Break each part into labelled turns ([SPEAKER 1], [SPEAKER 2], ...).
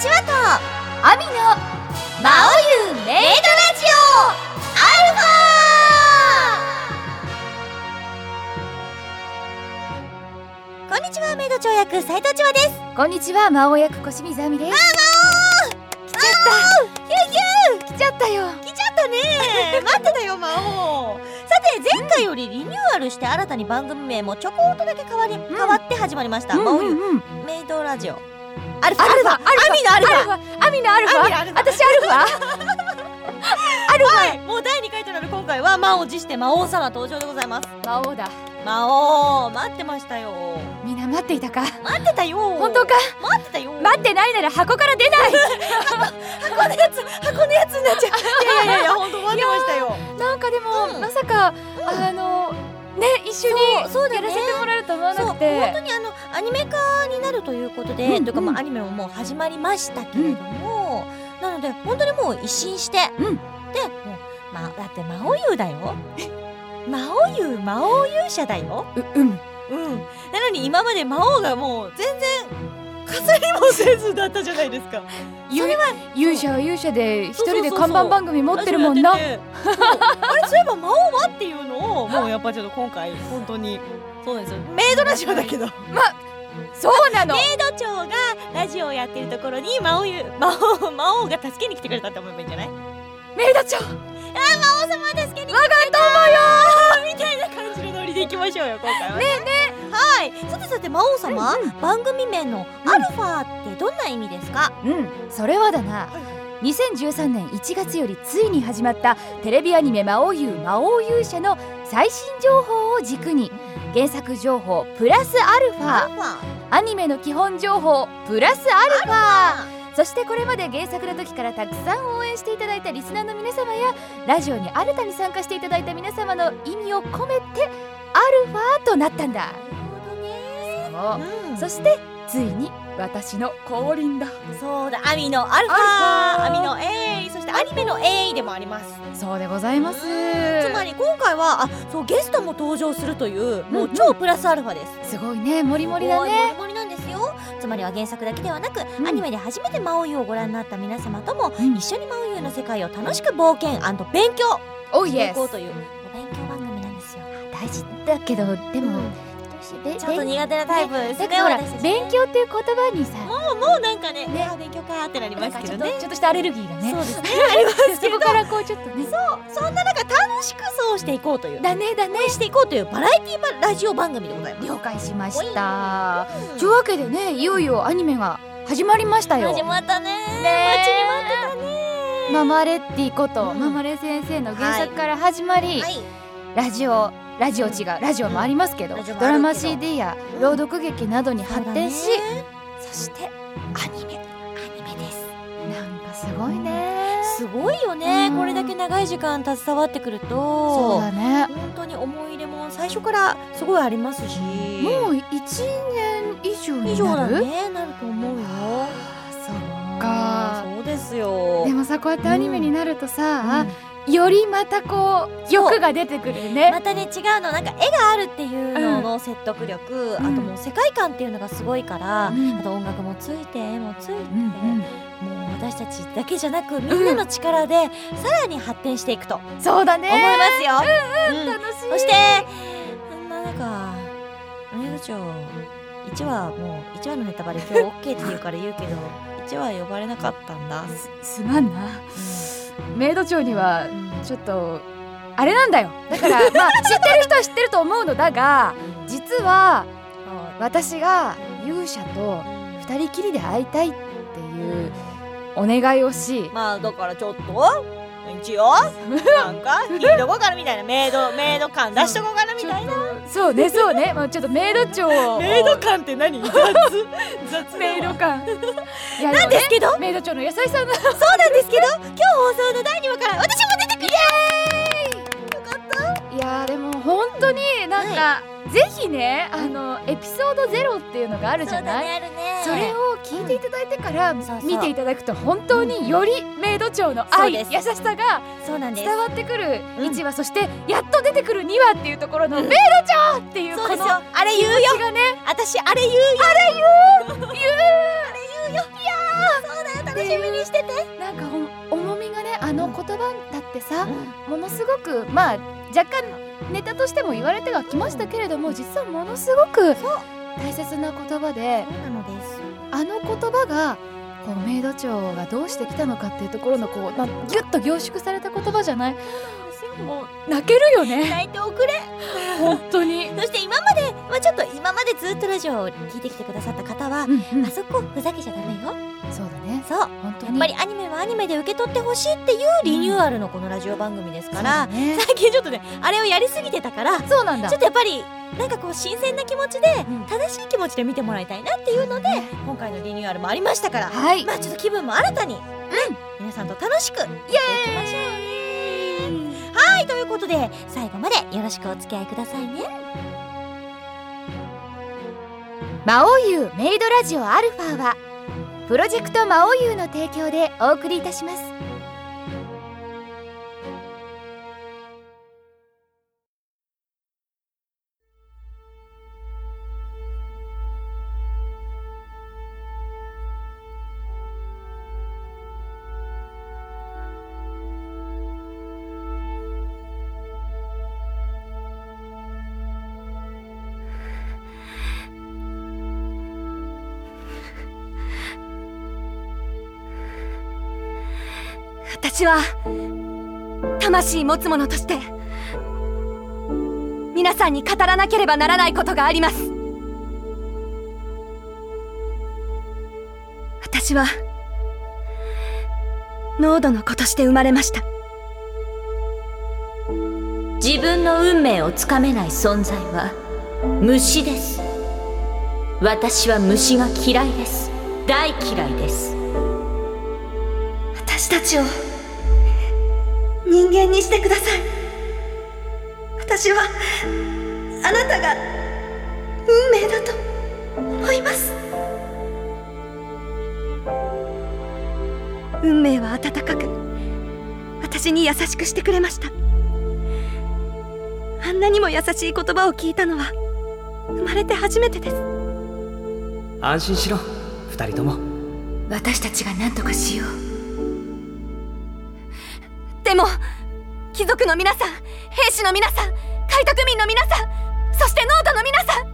[SPEAKER 1] ちわとアミの「まおゆメイドラジオ」アルファこんにちはメイド長役斉藤千和です
[SPEAKER 2] こんにちは、魔王役小清水亜美です。
[SPEAKER 1] 来ちゃったキューキュー
[SPEAKER 2] 来ちゃったよ。
[SPEAKER 1] 来ちゃったね待ってたよ魔王さて前回よりリニューアルして新たに番組名もちょこっとだけ変わり、変わって始まりました、魔王ゆ
[SPEAKER 2] うん。
[SPEAKER 1] メイドラジオアルファ
[SPEAKER 2] アルファ、アルフ
[SPEAKER 1] アミのアルファ
[SPEAKER 2] ァ、アルファ、アミのアルフ
[SPEAKER 1] アミのアルフ
[SPEAKER 2] ァ。
[SPEAKER 1] ァ
[SPEAKER 2] 私アルファ。
[SPEAKER 1] はいもう第2回となる今回は満を持して魔王様登場でございます
[SPEAKER 2] 魔王だ。
[SPEAKER 1] 魔王待ってましたよ
[SPEAKER 2] みんな待っていたか。
[SPEAKER 1] 待ってたよ
[SPEAKER 2] 本当か。
[SPEAKER 1] 待ってたよ
[SPEAKER 2] 待ってないなら箱から出 ない。
[SPEAKER 1] 箱のやつ箱のやつになっちゃう いやいやいや本当待ってましたよ
[SPEAKER 2] なんかで
[SPEAKER 1] う
[SPEAKER 2] も、
[SPEAKER 1] ん
[SPEAKER 2] まさか、あの、ね、一緒に
[SPEAKER 1] そうそうだ
[SPEAKER 2] や
[SPEAKER 1] ね
[SPEAKER 2] らせてもらえると思わ
[SPEAKER 1] そう
[SPEAKER 2] な
[SPEAKER 1] 本
[SPEAKER 2] く
[SPEAKER 1] 当
[SPEAKER 2] て。
[SPEAKER 1] にあのアニメ化になるということで、
[SPEAKER 2] うんうん
[SPEAKER 1] というかまあアニメももう始まりましたけれども、なので本当にもう一新して、
[SPEAKER 2] うん
[SPEAKER 1] でもう、ま、だって魔王優だよ魔王優魔王勇者だよ
[SPEAKER 2] う、うん。
[SPEAKER 1] うんなのに今まで魔王がもう全然飾りもせずだったじゃないですか
[SPEAKER 2] ゆ勇者は勇者で、一人
[SPEAKER 1] そうそう
[SPEAKER 2] で
[SPEAKER 1] そう
[SPEAKER 2] 看板番組持ってるもんな
[SPEAKER 1] ラジ。オやっててそうあれそういえば魔王はっていうのをもうやっぱちょっと今回本当にそうなんですよメイドラジオだけど
[SPEAKER 2] そうなの。
[SPEAKER 1] メイド長がラジオをやってるところに魔王ゆ魔王魔王が助けに来てくれたって思えばいいんじゃないあ
[SPEAKER 2] メイド長。
[SPEAKER 1] 魔王様が助けに我が友よみたいな感じのノリでいきましょうよ今回はねねはいさてさて魔王様、
[SPEAKER 2] うんう
[SPEAKER 1] 番組名のアルファってどんな意味ですか、
[SPEAKER 2] うん、それはだな2013年1月よりついに始まったテレビアニメ「魔王優魔王勇者」の最新情報を軸に原作情報プラスアルフ
[SPEAKER 1] ア
[SPEAKER 2] ァ
[SPEAKER 1] ルファ
[SPEAKER 2] アニメの基本情報プラスアルファそしてこれまで原作の時からたくさん応援していただいたリスナーの皆様やラジオに新たに参加していただいた皆様の意味を込めてアルファとなったんだ
[SPEAKER 1] なるほどねうん
[SPEAKER 2] そしてついに私の降臨だ
[SPEAKER 1] そうだアミのアルファ
[SPEAKER 2] ア
[SPEAKER 1] ア
[SPEAKER 2] ル
[SPEAKER 1] ミ
[SPEAKER 2] ファ
[SPEAKER 1] の A そしてアニメの A でもあります
[SPEAKER 2] そうでございます
[SPEAKER 1] つまり今回はあそうゲストも登場するというもう超プラスアルファです。
[SPEAKER 2] すごいね、もりもりだね。
[SPEAKER 1] すごい盛り盛りなんですよつまりは原作だけではなく、
[SPEAKER 2] うん
[SPEAKER 1] アニメで初めて魔王湯をご覧になった皆様とも、
[SPEAKER 2] うん
[SPEAKER 1] 一緒に魔王湯の世界を楽しく冒険勉強
[SPEAKER 2] お
[SPEAKER 1] してい
[SPEAKER 2] え
[SPEAKER 1] こうという、お勉強番組なんですよ。
[SPEAKER 2] 大事だけど、でも、
[SPEAKER 1] うん
[SPEAKER 2] どうしてべ
[SPEAKER 1] ちょっと
[SPEAKER 2] 勉
[SPEAKER 1] 苦手なタイプですね
[SPEAKER 2] だからほら
[SPEAKER 1] 私た、ちね
[SPEAKER 2] 勉強っていう言葉にさ、
[SPEAKER 1] もうもうなんかね
[SPEAKER 2] ね
[SPEAKER 1] あー勉強会ってなり
[SPEAKER 2] な
[SPEAKER 1] ま
[SPEAKER 2] ん
[SPEAKER 1] す
[SPEAKER 2] か
[SPEAKER 1] け
[SPEAKER 2] ちょ
[SPEAKER 1] ど
[SPEAKER 2] っと
[SPEAKER 1] ね。
[SPEAKER 2] ちょっとしたアレルギーが
[SPEAKER 1] そう
[SPEAKER 2] ね、
[SPEAKER 1] ですね あります
[SPEAKER 2] そ
[SPEAKER 1] け
[SPEAKER 2] こ
[SPEAKER 1] ど
[SPEAKER 2] からこうちょっとね、
[SPEAKER 1] そんな中楽しくそうしていこうという
[SPEAKER 2] だねだね。
[SPEAKER 1] 応援していこうというバラエティばラジオ番組でございます。
[SPEAKER 2] 了解しました。
[SPEAKER 1] うん
[SPEAKER 2] というわけでね、いよいよアニメが始まりましたよ
[SPEAKER 1] 始。まったね
[SPEAKER 2] え
[SPEAKER 1] 待ちに待ってたね
[SPEAKER 2] ママレッティこと、
[SPEAKER 1] うん
[SPEAKER 2] ママレ先生の原作から始まり、
[SPEAKER 1] はい
[SPEAKER 2] ラジオラジオ違うラジオもありますけど、
[SPEAKER 1] うんラジオもあるけ
[SPEAKER 2] ド
[SPEAKER 1] ど
[SPEAKER 2] ラマ CD や
[SPEAKER 1] うん
[SPEAKER 2] 朗読劇などに発展し、
[SPEAKER 1] そしてアニメアニメです
[SPEAKER 2] なんかすごいね。
[SPEAKER 1] すごいよね、
[SPEAKER 2] うん
[SPEAKER 1] これだけ長い時間携わってくると
[SPEAKER 2] そうだね。
[SPEAKER 1] 本当に思い入れも最初からすごいありますし
[SPEAKER 2] もう一年以上
[SPEAKER 1] 以
[SPEAKER 2] に
[SPEAKER 1] 上だ
[SPEAKER 2] なる。
[SPEAKER 1] ねなると思うよ
[SPEAKER 2] そっか。
[SPEAKER 1] そうですよ
[SPEAKER 2] でもさこうやってアニメになると
[SPEAKER 1] う
[SPEAKER 2] さ
[SPEAKER 1] ん、
[SPEAKER 2] よりまたこう
[SPEAKER 1] そう
[SPEAKER 2] 欲が出てくるね。
[SPEAKER 1] またね違うのなんか絵があるっていうのの説得力、
[SPEAKER 2] うん
[SPEAKER 1] あともう世界観っていうのがすごいから、
[SPEAKER 2] うん
[SPEAKER 1] あと音楽もついて絵もついて、
[SPEAKER 2] うんうん
[SPEAKER 1] もう私たちだけじゃなくみんなの力でさらに発展していくと思い
[SPEAKER 2] そうだね。
[SPEAKER 1] ますよ。うん
[SPEAKER 2] 楽しい。
[SPEAKER 1] そしてあんななんかマネ部長1話もう1話のネタバレ今日 OK って言うから言うけ ど1話呼ばれなかったんだ。
[SPEAKER 2] すまんな。メイド長には
[SPEAKER 1] うん
[SPEAKER 2] ちょっとあれなんだよ。だから まあ知ってる人は知ってると思うのだが、実は私が勇者と二人きりで会いたいっていうお願いをし、
[SPEAKER 1] まあだからちょっと一 応なんか聞いとこうかなみたいなメイドメイド感出しとこうかなみたいな
[SPEAKER 2] そうねそうね。まあちょっとメイド長を
[SPEAKER 1] メイド感って何雑雑
[SPEAKER 2] メイ ド感。いや
[SPEAKER 1] なんですけど
[SPEAKER 2] メイド長の野菜さんが
[SPEAKER 1] そうなんですけど今日放送の第2話から私も出てくる
[SPEAKER 2] いやーでも本当になんか、ぜひねあのエピソードゼロっていうのがあるじゃない
[SPEAKER 1] あるね
[SPEAKER 2] そ,、れを聞いていただいてから
[SPEAKER 1] んそうそう
[SPEAKER 2] 見ていただくと本当によりメイド長の愛、
[SPEAKER 1] そう
[SPEAKER 2] 優
[SPEAKER 1] です
[SPEAKER 2] しさが
[SPEAKER 1] そうなんです
[SPEAKER 2] 伝わってくる
[SPEAKER 1] うん
[SPEAKER 2] 1話、そしてやっと出てくる2話っていうところのメイド長っていうこ
[SPEAKER 1] そう
[SPEAKER 2] の
[SPEAKER 1] で
[SPEAKER 2] 気
[SPEAKER 1] す
[SPEAKER 2] 持
[SPEAKER 1] よあれ言うよ
[SPEAKER 2] ちがね
[SPEAKER 1] 私あれ言うよあれ言う言うあれ言うよいやーそうだよ
[SPEAKER 2] 楽しみにしててなんかほん重みがねあの言葉だってさものすごくまあ若干ネタとしても言われてはきましたけれども実はものすごく大切な言葉で
[SPEAKER 1] そうなのです
[SPEAKER 2] あの言葉がこうメイド長がどうしてきたのかっていうところのこうなギュッと凝縮された言葉じゃないもう泣ける よね
[SPEAKER 1] 泣いておくれ
[SPEAKER 2] 本当に。
[SPEAKER 1] そして今まで、まあ、ちょっと今までずっとラジオを聞いてきてくださった方は、あそこふざけちゃダメよ
[SPEAKER 2] そうだね
[SPEAKER 1] そう
[SPEAKER 2] 本当
[SPEAKER 1] や
[SPEAKER 2] に
[SPEAKER 1] っぱりアニメはアニメで受け取ってほしいっていうリニューアルのこのラジオ番組ですから、
[SPEAKER 2] ね
[SPEAKER 1] 最近ちょっとねあれをやりすぎてたからち
[SPEAKER 2] そうなんだ
[SPEAKER 1] ょっとやっぱりなんかこう新鮮な気持ちで
[SPEAKER 2] うん
[SPEAKER 1] 正しい気持ちで見てもらいたいなっていうので今回のリニューアルもありましたから、
[SPEAKER 2] はい
[SPEAKER 1] まあちょっと気分も新たに、皆さんと楽しくやっていきましょうね。はいということで最後までよろしくお付き合いくださいね。
[SPEAKER 2] 魔王優メイドラジオアルファはプロジェクト魔王優の提供でお送りいたします
[SPEAKER 3] 私は魂持つ者として皆さんに語らなければならないことがあります私は濃度の子として生まれました
[SPEAKER 4] 自分の運命をつかめない存在は虫です私は虫が嫌いです大嫌いです
[SPEAKER 3] 私たちを人間にしてください私はあなたが運命だと思います運命は温かく私に優しくしてくれましたあんなにも優しい言葉を聞いたのは生まれて初めてです
[SPEAKER 5] 安心しろ二人とも
[SPEAKER 3] 私たちが何とかしようでも貴族の皆さん兵士の皆さん開拓民の皆さんそして農奴の皆さん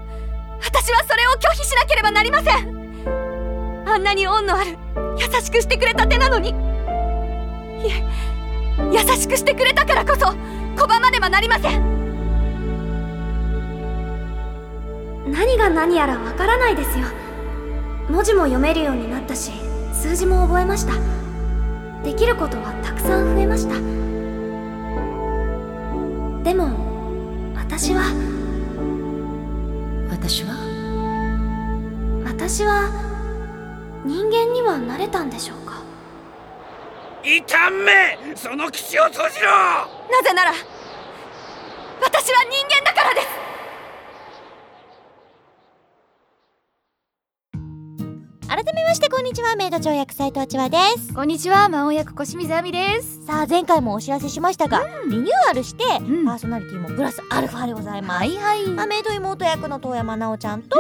[SPEAKER 3] 私はそれを拒否しなければなりませんあんなに恩のある優しくしてくれた手なのにいえ優しくしてくれたからこそ拒まねばなりません何が何やらわからないですよ文字も読めるようになったし数字も覚えましたできることはたくさん増えましたでも私は
[SPEAKER 4] 私は
[SPEAKER 3] 私は人間にはなれたんでしょうか
[SPEAKER 6] 痛めその口を閉じろ
[SPEAKER 3] なぜなら私は人間だからです
[SPEAKER 1] 改めましてこんにちはメイド長役斉藤千和です
[SPEAKER 2] こんにちは魔王役小清水亜美です
[SPEAKER 1] さあ前回もお知らせしましたが、リニューアルして、
[SPEAKER 2] ん
[SPEAKER 1] パーソナリティもプラスアルファでございます、
[SPEAKER 2] いはい
[SPEAKER 1] まあ、メイド妹役の遠山奈緒ちゃんと、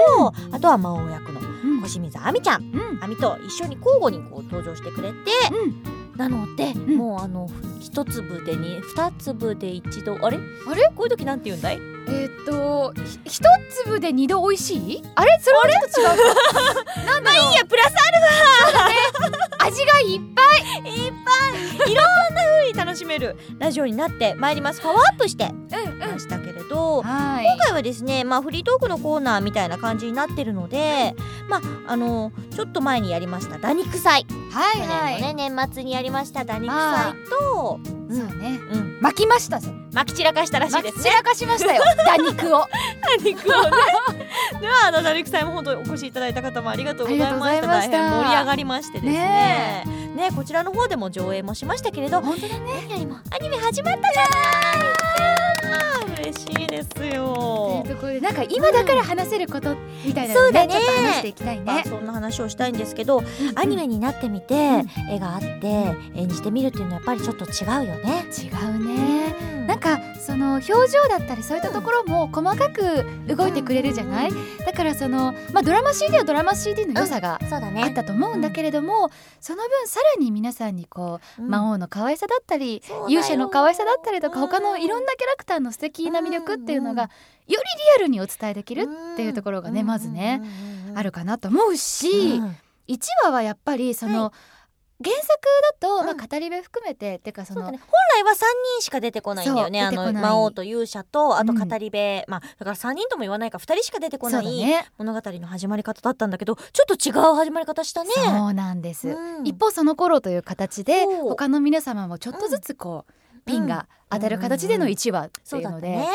[SPEAKER 1] あとは魔王役の
[SPEAKER 2] ん
[SPEAKER 1] 小清水亜美ちゃん、
[SPEAKER 2] うん
[SPEAKER 1] 亜美と一緒に交互にこう登場してくれて、なので、
[SPEAKER 2] ん
[SPEAKER 1] もうあの一粒でに二粒で一度あれ
[SPEAKER 2] あれ
[SPEAKER 1] こういう時なんて言うんだい
[SPEAKER 2] えーっとひ一粒で二度美味しいあれそれはちょっと違うかなんだろう、
[SPEAKER 1] いやプラス
[SPEAKER 2] 味がいっぱい
[SPEAKER 1] いっぱいいろんな風に楽しめるラジオになってまいりますパワーアップして
[SPEAKER 2] うんうん
[SPEAKER 1] ましたけれど、
[SPEAKER 2] は
[SPEAKER 1] 今回はですね、まあ、フリートークのコーナーみたいな感じになってるので、まあ、あのちょっと前にやりました「打肉祭」
[SPEAKER 2] はい
[SPEAKER 1] 去
[SPEAKER 2] はい
[SPEAKER 1] 年のね年末にやりました「打肉祭と」
[SPEAKER 2] そうね
[SPEAKER 1] うん、
[SPEAKER 2] 巻きましたぜ
[SPEAKER 1] 巻き散らかしたらしい
[SPEAKER 2] 巻
[SPEAKER 1] で
[SPEAKER 2] き
[SPEAKER 1] す
[SPEAKER 2] 散
[SPEAKER 1] ね。
[SPEAKER 2] らかしました よ打肉を
[SPEAKER 1] 打肉をね ではあの打肉祭も本当にお越しいただいた方もありがとうございま
[SPEAKER 2] あ
[SPEAKER 1] し
[SPEAKER 2] り
[SPEAKER 1] た
[SPEAKER 2] がとうございました
[SPEAKER 1] 大変盛り上がりましてですねねこちらの方でも上映もしましたけれど
[SPEAKER 2] 本当だね
[SPEAKER 1] 何よりもアニメ始まったじゃない嬉しいですよ
[SPEAKER 2] というところでなんか今だから話せることみたいな
[SPEAKER 1] そ
[SPEAKER 2] の
[SPEAKER 1] うだ
[SPEAKER 2] ね
[SPEAKER 1] ね
[SPEAKER 2] ちょっと話していきたい
[SPEAKER 1] まあ、
[SPEAKER 2] ね
[SPEAKER 1] そんな話をしたいんですけど、アニメになってみて、絵があって演じてみるっていうのはやっぱりちょっと違うよね。
[SPEAKER 2] 違うねなんかその表情だったりそういったところも細かく動いてくれるじゃない、だからその、まあ、ドラマ CD はドラマ CD の良さが
[SPEAKER 1] そうだね
[SPEAKER 2] あったと思うんだけれども、その分さらに皆さんにこう、
[SPEAKER 1] うん
[SPEAKER 2] 魔王の可愛さだったり
[SPEAKER 1] そうだよ
[SPEAKER 2] 勇者の可愛さだったりとか
[SPEAKER 1] うん
[SPEAKER 2] 他のいろんなキャラクターの素敵な魅力っていうのがよりリアルにお伝えできるっていうところがねまずねあるかなと思うし、1話はやっぱりその、原作だと、まあ、語り部含めてっていうかそ
[SPEAKER 1] そう
[SPEAKER 2] の
[SPEAKER 1] だね、本来は3人しか出てこないんだよね
[SPEAKER 2] そう
[SPEAKER 1] あ
[SPEAKER 2] 出てこ
[SPEAKER 1] の
[SPEAKER 2] ない
[SPEAKER 1] 魔王と勇者とあと
[SPEAKER 2] うん
[SPEAKER 1] 語り部、まあだから3人とも言わないから2人しか出てこ
[SPEAKER 2] そ
[SPEAKER 1] な
[SPEAKER 2] うだ
[SPEAKER 1] い
[SPEAKER 2] ね
[SPEAKER 1] 物語の始まり方だったんだけどちょっと違う始まり方したね。
[SPEAKER 2] そうなんです、
[SPEAKER 1] うん
[SPEAKER 2] 一方その頃という形で
[SPEAKER 1] そう
[SPEAKER 2] 他の皆様もちょっとずつこう、ピンが当たる形での1話って
[SPEAKER 1] そ
[SPEAKER 2] いうう
[SPEAKER 1] だ
[SPEAKER 2] の
[SPEAKER 1] った
[SPEAKER 2] で、
[SPEAKER 1] ね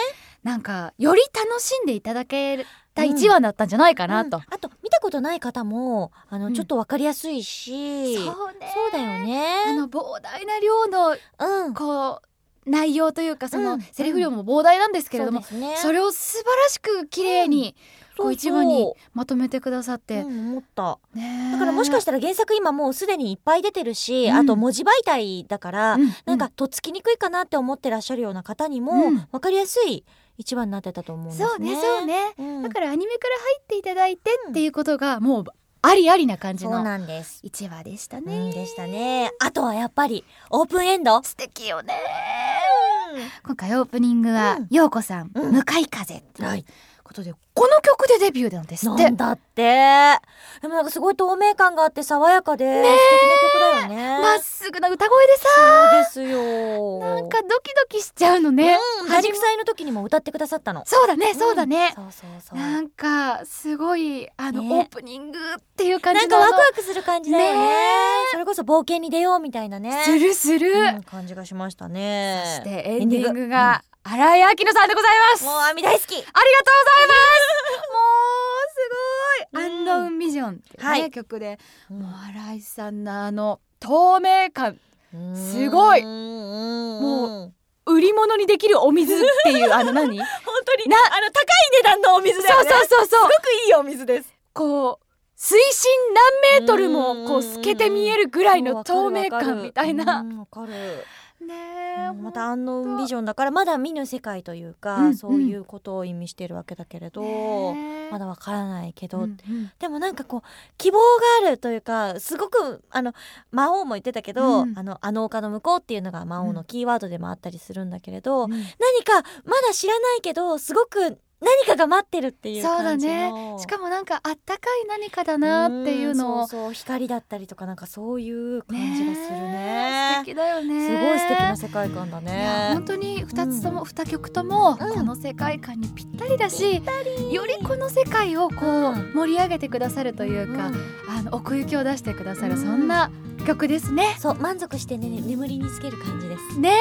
[SPEAKER 2] なんかより楽しんでいただけた
[SPEAKER 1] うん
[SPEAKER 2] 1話だったんじゃないかなと
[SPEAKER 1] うん、あと見たことない方もあの、
[SPEAKER 2] うん
[SPEAKER 1] ちょっとわかりやすいし
[SPEAKER 2] そうね
[SPEAKER 1] そうだよ
[SPEAKER 2] あ
[SPEAKER 1] ね。
[SPEAKER 2] の膨大な量の
[SPEAKER 1] うん
[SPEAKER 2] こう内容というかその、
[SPEAKER 1] うん
[SPEAKER 2] セリフ量も膨大なんですけれども、
[SPEAKER 1] そうですね
[SPEAKER 2] それを素晴らしく綺麗にこう一話にまとめてくださっ
[SPEAKER 1] そう
[SPEAKER 2] て、
[SPEAKER 1] そううん思った
[SPEAKER 2] ね
[SPEAKER 1] だからもしかしたたら原作今もうすでにいっぱい出てるし、
[SPEAKER 2] うん
[SPEAKER 1] あと文字媒体だから、なん
[SPEAKER 2] う
[SPEAKER 1] かとっつきにくいかなって思ってらっしゃるような方にも、
[SPEAKER 2] うん
[SPEAKER 1] わかりやすい一番になってたと思うんですね。
[SPEAKER 2] そうねそうね、
[SPEAKER 1] うん
[SPEAKER 2] だからアニメから入っていただいてっていうことがもうありありな感じ
[SPEAKER 1] そう
[SPEAKER 2] の
[SPEAKER 1] なんです。
[SPEAKER 2] 1話でした
[SPEAKER 1] うん、
[SPEAKER 2] ね、
[SPEAKER 1] でしたね。あとはやっぱりオープンエンド。
[SPEAKER 2] 素敵よね今回オープニングは
[SPEAKER 1] うん
[SPEAKER 2] 陽子さん、
[SPEAKER 1] うん
[SPEAKER 2] 向かい風って
[SPEAKER 1] はいいう
[SPEAKER 2] ことでこの曲でデビューなんですっ
[SPEAKER 1] な
[SPEAKER 2] て
[SPEAKER 1] んだって。でもなんかすごい透明感があって爽やかで、素敵な曲だよね。
[SPEAKER 2] まっすぐな歌声でさ
[SPEAKER 1] そうですよ。
[SPEAKER 2] なんかドキドキしちゃうのね、
[SPEAKER 1] うん、
[SPEAKER 2] はじ
[SPEAKER 1] 恥
[SPEAKER 2] め
[SPEAKER 1] 臭いの時にも歌ってくださったの。
[SPEAKER 2] そうだねそうだ
[SPEAKER 1] う
[SPEAKER 2] ね、
[SPEAKER 1] んそうそうそう。
[SPEAKER 2] な
[SPEAKER 1] なん
[SPEAKER 2] んかすごいあの、
[SPEAKER 1] ね
[SPEAKER 2] オープニングっていう感じ
[SPEAKER 1] か
[SPEAKER 2] の
[SPEAKER 1] ワクワ
[SPEAKER 2] あ
[SPEAKER 1] クする感じだよね。
[SPEAKER 2] ね
[SPEAKER 1] それこそ冒険に出ようみたいな
[SPEAKER 2] の
[SPEAKER 1] ね。
[SPEAKER 2] するする、
[SPEAKER 1] うん感じがしましたね。
[SPEAKER 2] そしてエンディングが新井明乃さんでございます
[SPEAKER 1] もう網大好き。
[SPEAKER 2] ありがとうご
[SPEAKER 1] うん
[SPEAKER 2] ざいます もうすごい、アンノウンビジョンっていうね、
[SPEAKER 1] はい
[SPEAKER 2] 曲でもう新井さんのあの透明感すごい
[SPEAKER 1] もう
[SPEAKER 2] 売り物にできるお水っていうあの 何そう
[SPEAKER 1] 本当に
[SPEAKER 2] な
[SPEAKER 1] あの高い値段のお水だ
[SPEAKER 2] そ
[SPEAKER 1] よ
[SPEAKER 2] う
[SPEAKER 1] ね。す
[SPEAKER 2] そうそう
[SPEAKER 1] ごくいいお水です。
[SPEAKER 2] こう水深何メートルもこう透けて見えるぐらいの透明感みたいな
[SPEAKER 1] う。んわかる。
[SPEAKER 2] ねえ
[SPEAKER 1] うんまた安納ビジョンだからまだ見ぬ世界というか、
[SPEAKER 2] うん
[SPEAKER 1] そういうことを意味してるわけだけれど、まだわからないけど、でもなんかこう希望があるというかすごくあの魔王も言ってたけど、
[SPEAKER 2] うん
[SPEAKER 1] あのあの丘の向こうっていうのが魔王のキーワードでもあったりするんだけれど、
[SPEAKER 2] うん
[SPEAKER 1] 何かまだ知らないけどすごく何かが待ってるっていう
[SPEAKER 2] そうだ
[SPEAKER 1] 感じの
[SPEAKER 2] ねしかもなんかあったかい何かだなっていうの
[SPEAKER 1] ん
[SPEAKER 2] を
[SPEAKER 1] そうそう光だったりとかなんかそういう感じがする
[SPEAKER 2] え
[SPEAKER 1] ね
[SPEAKER 2] 素敵だよね
[SPEAKER 1] すごい素敵な世界観だ
[SPEAKER 2] い
[SPEAKER 1] ね
[SPEAKER 2] や本当に二つとも二曲ともこの世界観にぴったりだし、よりこの世界をこう
[SPEAKER 1] うん
[SPEAKER 2] 盛り上げてくださるというか、
[SPEAKER 1] うん
[SPEAKER 2] あの奥行きを出してくださる
[SPEAKER 1] うん
[SPEAKER 2] そんな曲ですね。
[SPEAKER 1] そう満足してね眠りにつける感じです
[SPEAKER 2] ね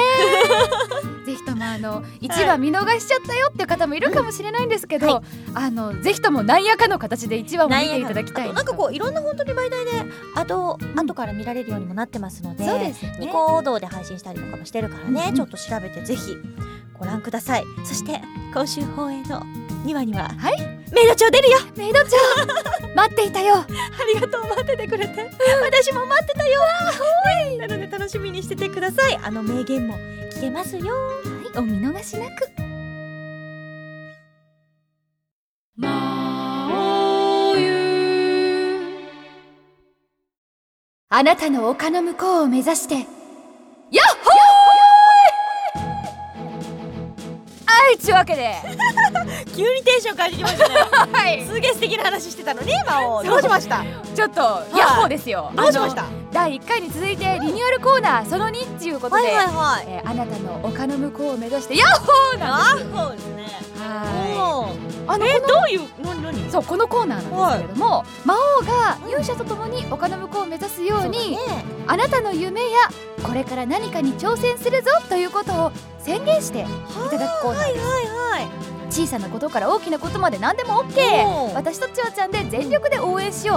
[SPEAKER 2] え ぜひともあの1話見逃しちゃったよっていう方もいるかもしれないんですけど、
[SPEAKER 1] は
[SPEAKER 2] あのぜひとも何やかの形で1話も見ていただきたい
[SPEAKER 1] あとなんかこういろんな本当に媒体で後後から見られるようにもなってますので
[SPEAKER 2] そうですね
[SPEAKER 1] ニコ動で配信したりとかもしてるからね、
[SPEAKER 2] うんうん
[SPEAKER 1] ちょっと調べてぜひご覧くださいそして今週放映の2話には
[SPEAKER 2] はい
[SPEAKER 1] メイド長出るよ
[SPEAKER 2] メイドちゃん待っていたよ
[SPEAKER 1] ありがとう待っててくれて私も待ってたよねなので楽しみにしててくださいあの名言も聞けますよ
[SPEAKER 2] お見逃しなくあなたの丘の向こうを目指してやっほーいちゅうわけで
[SPEAKER 1] 急にテンション感じましたね
[SPEAKER 2] はい
[SPEAKER 1] すげえ素敵な話してたのね魔王どうしました
[SPEAKER 2] ちょっとヤッホーですよ
[SPEAKER 1] どうしました
[SPEAKER 2] あ
[SPEAKER 1] は
[SPEAKER 2] の第1回に続いてリニューアルコーナーその2っていうこと
[SPEAKER 1] い
[SPEAKER 2] で、
[SPEAKER 1] はいはい
[SPEAKER 2] えーあなたの丘の向こうを目指してヤッホーなん
[SPEAKER 1] あそうですね
[SPEAKER 2] ですは
[SPEAKER 1] おー
[SPEAKER 2] いあの
[SPEAKER 1] え
[SPEAKER 2] こ
[SPEAKER 1] ど
[SPEAKER 2] の
[SPEAKER 1] ういう何何
[SPEAKER 2] そうこのコーナーなんですけれども、魔王が勇者と共に丘の向こうを目指すように
[SPEAKER 1] そうだね
[SPEAKER 2] あなたの夢やこれから何かに挑戦するぞということを宣言していただくコーナー
[SPEAKER 1] はいはいはい
[SPEAKER 2] 小さなことから大きなことまで何でも OK
[SPEAKER 1] おー
[SPEAKER 2] 私とちおちゃんで全力で応援しよ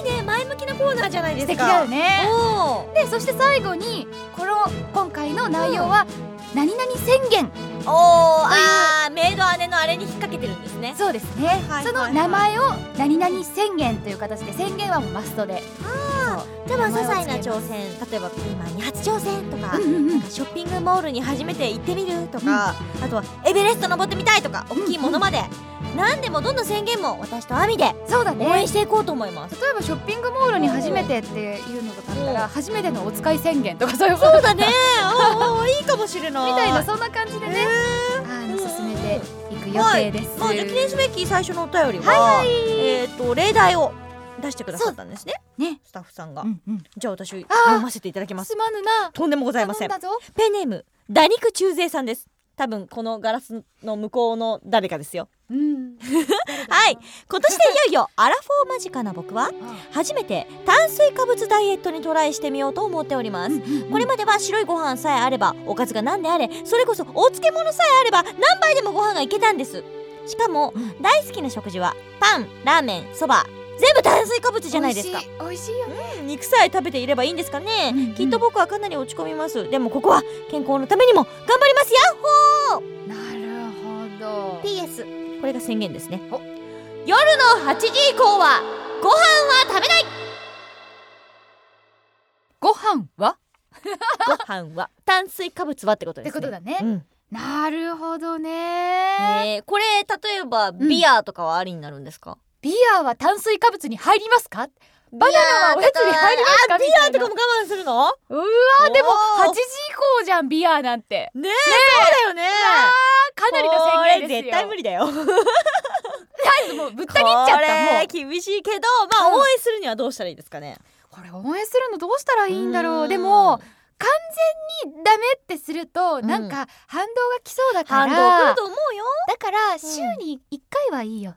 [SPEAKER 1] いいね前向きなコーナーじゃないで
[SPEAKER 2] 素
[SPEAKER 1] す
[SPEAKER 2] 敵
[SPEAKER 1] か
[SPEAKER 2] だよね
[SPEAKER 1] おー
[SPEAKER 2] でそして最後にこの今回の内容は何々宣言
[SPEAKER 1] おーあーメイド姉のあれに引っ掛けてるんですね
[SPEAKER 2] そうですね、
[SPEAKER 1] はいはい
[SPEAKER 2] その名前を何々宣言という形で宣言はもうマストで
[SPEAKER 1] 多分些
[SPEAKER 2] 名前は
[SPEAKER 1] 細
[SPEAKER 2] 付
[SPEAKER 1] な
[SPEAKER 2] け
[SPEAKER 1] 挑戦例えばピーマンに初挑戦とか、
[SPEAKER 3] うんうんうん
[SPEAKER 1] ショッピングモールに初めて行ってみるとか、あとはエベレスト登ってみたいとか大きいものまで、何でもどんどん宣言も私とアミで
[SPEAKER 2] そうだ
[SPEAKER 1] 応
[SPEAKER 2] ね
[SPEAKER 1] 援していこうと思います、
[SPEAKER 2] 例えばショッピングモールに初めてっていうのがあった
[SPEAKER 1] う
[SPEAKER 2] ら
[SPEAKER 1] ん
[SPEAKER 2] 初めてのお使い宣言とかそういうこと
[SPEAKER 1] そうだねおーおーいいかもしれない
[SPEAKER 2] みたいなそんな感じでね、あ
[SPEAKER 1] う
[SPEAKER 2] の
[SPEAKER 1] ん
[SPEAKER 2] 進めていく予定です、
[SPEAKER 1] まあ、じゃあ記念すべき最初のお便りは、えっ、と例題を出してくださったんですね
[SPEAKER 3] そうね
[SPEAKER 1] スタッフさんが、
[SPEAKER 3] うんうん
[SPEAKER 1] じゃあ私読
[SPEAKER 2] あー
[SPEAKER 1] ませていただきます
[SPEAKER 2] すまぬな
[SPEAKER 1] とんでもございません
[SPEAKER 2] 頼だぞ
[SPEAKER 1] ペンネームダニク中勢さんです多分このガラスの向こうの誰かですよ
[SPEAKER 2] うん
[SPEAKER 1] はい今年でいよいよアラフォー間近な僕は初めて炭水化物ダイエットにトライしてみようと思っております、これまでは白いご飯さえあればおかずが何であれそれこそお漬物さえあれば何杯でもご飯がいけたんですしかも大好きな食事はパンラーメンそば全部炭水化物じゃないですか
[SPEAKER 2] 美味しい美味しいよね
[SPEAKER 1] 肉さえ食べていればいいんですかね、きっと僕はかなり落ち込みますでもここは健康のためにも頑張りますヤ
[SPEAKER 2] なるほど
[SPEAKER 1] ッホー PS これが宣言ですね
[SPEAKER 2] お
[SPEAKER 1] 夜の8時以降はご飯は食べない
[SPEAKER 2] ご飯は
[SPEAKER 1] ご飯は炭水化物はってこと
[SPEAKER 2] っ
[SPEAKER 1] で
[SPEAKER 2] て
[SPEAKER 1] すね
[SPEAKER 2] ことだね、
[SPEAKER 1] うん
[SPEAKER 2] なるほどね
[SPEAKER 1] ねえこれ例えばビアとかはありになるんですか、
[SPEAKER 2] ビアは炭水化物に入りますかバナナはおやつに入りますかみたいな
[SPEAKER 1] も我慢するのそう
[SPEAKER 2] わーで
[SPEAKER 1] お
[SPEAKER 2] も
[SPEAKER 1] ー
[SPEAKER 2] 8時以降じゃんビアなんて
[SPEAKER 1] だよね
[SPEAKER 2] あかなりの宣言
[SPEAKER 1] これ
[SPEAKER 2] ですよ
[SPEAKER 1] 絶対無理だよこ
[SPEAKER 2] 理もうぶった切っちゃったもう
[SPEAKER 1] れ厳しいけどまあ、
[SPEAKER 2] うん
[SPEAKER 1] 応援するにはどうしたらいいですかね
[SPEAKER 2] これ応援するのどうしたらいいんだ
[SPEAKER 1] うー
[SPEAKER 2] ろうんでも完全にダメってすると
[SPEAKER 1] ん
[SPEAKER 2] なんか反動が来そうだか
[SPEAKER 1] 反動
[SPEAKER 2] ら、
[SPEAKER 1] 来ると思うよ
[SPEAKER 2] だから週に1回はいいよ、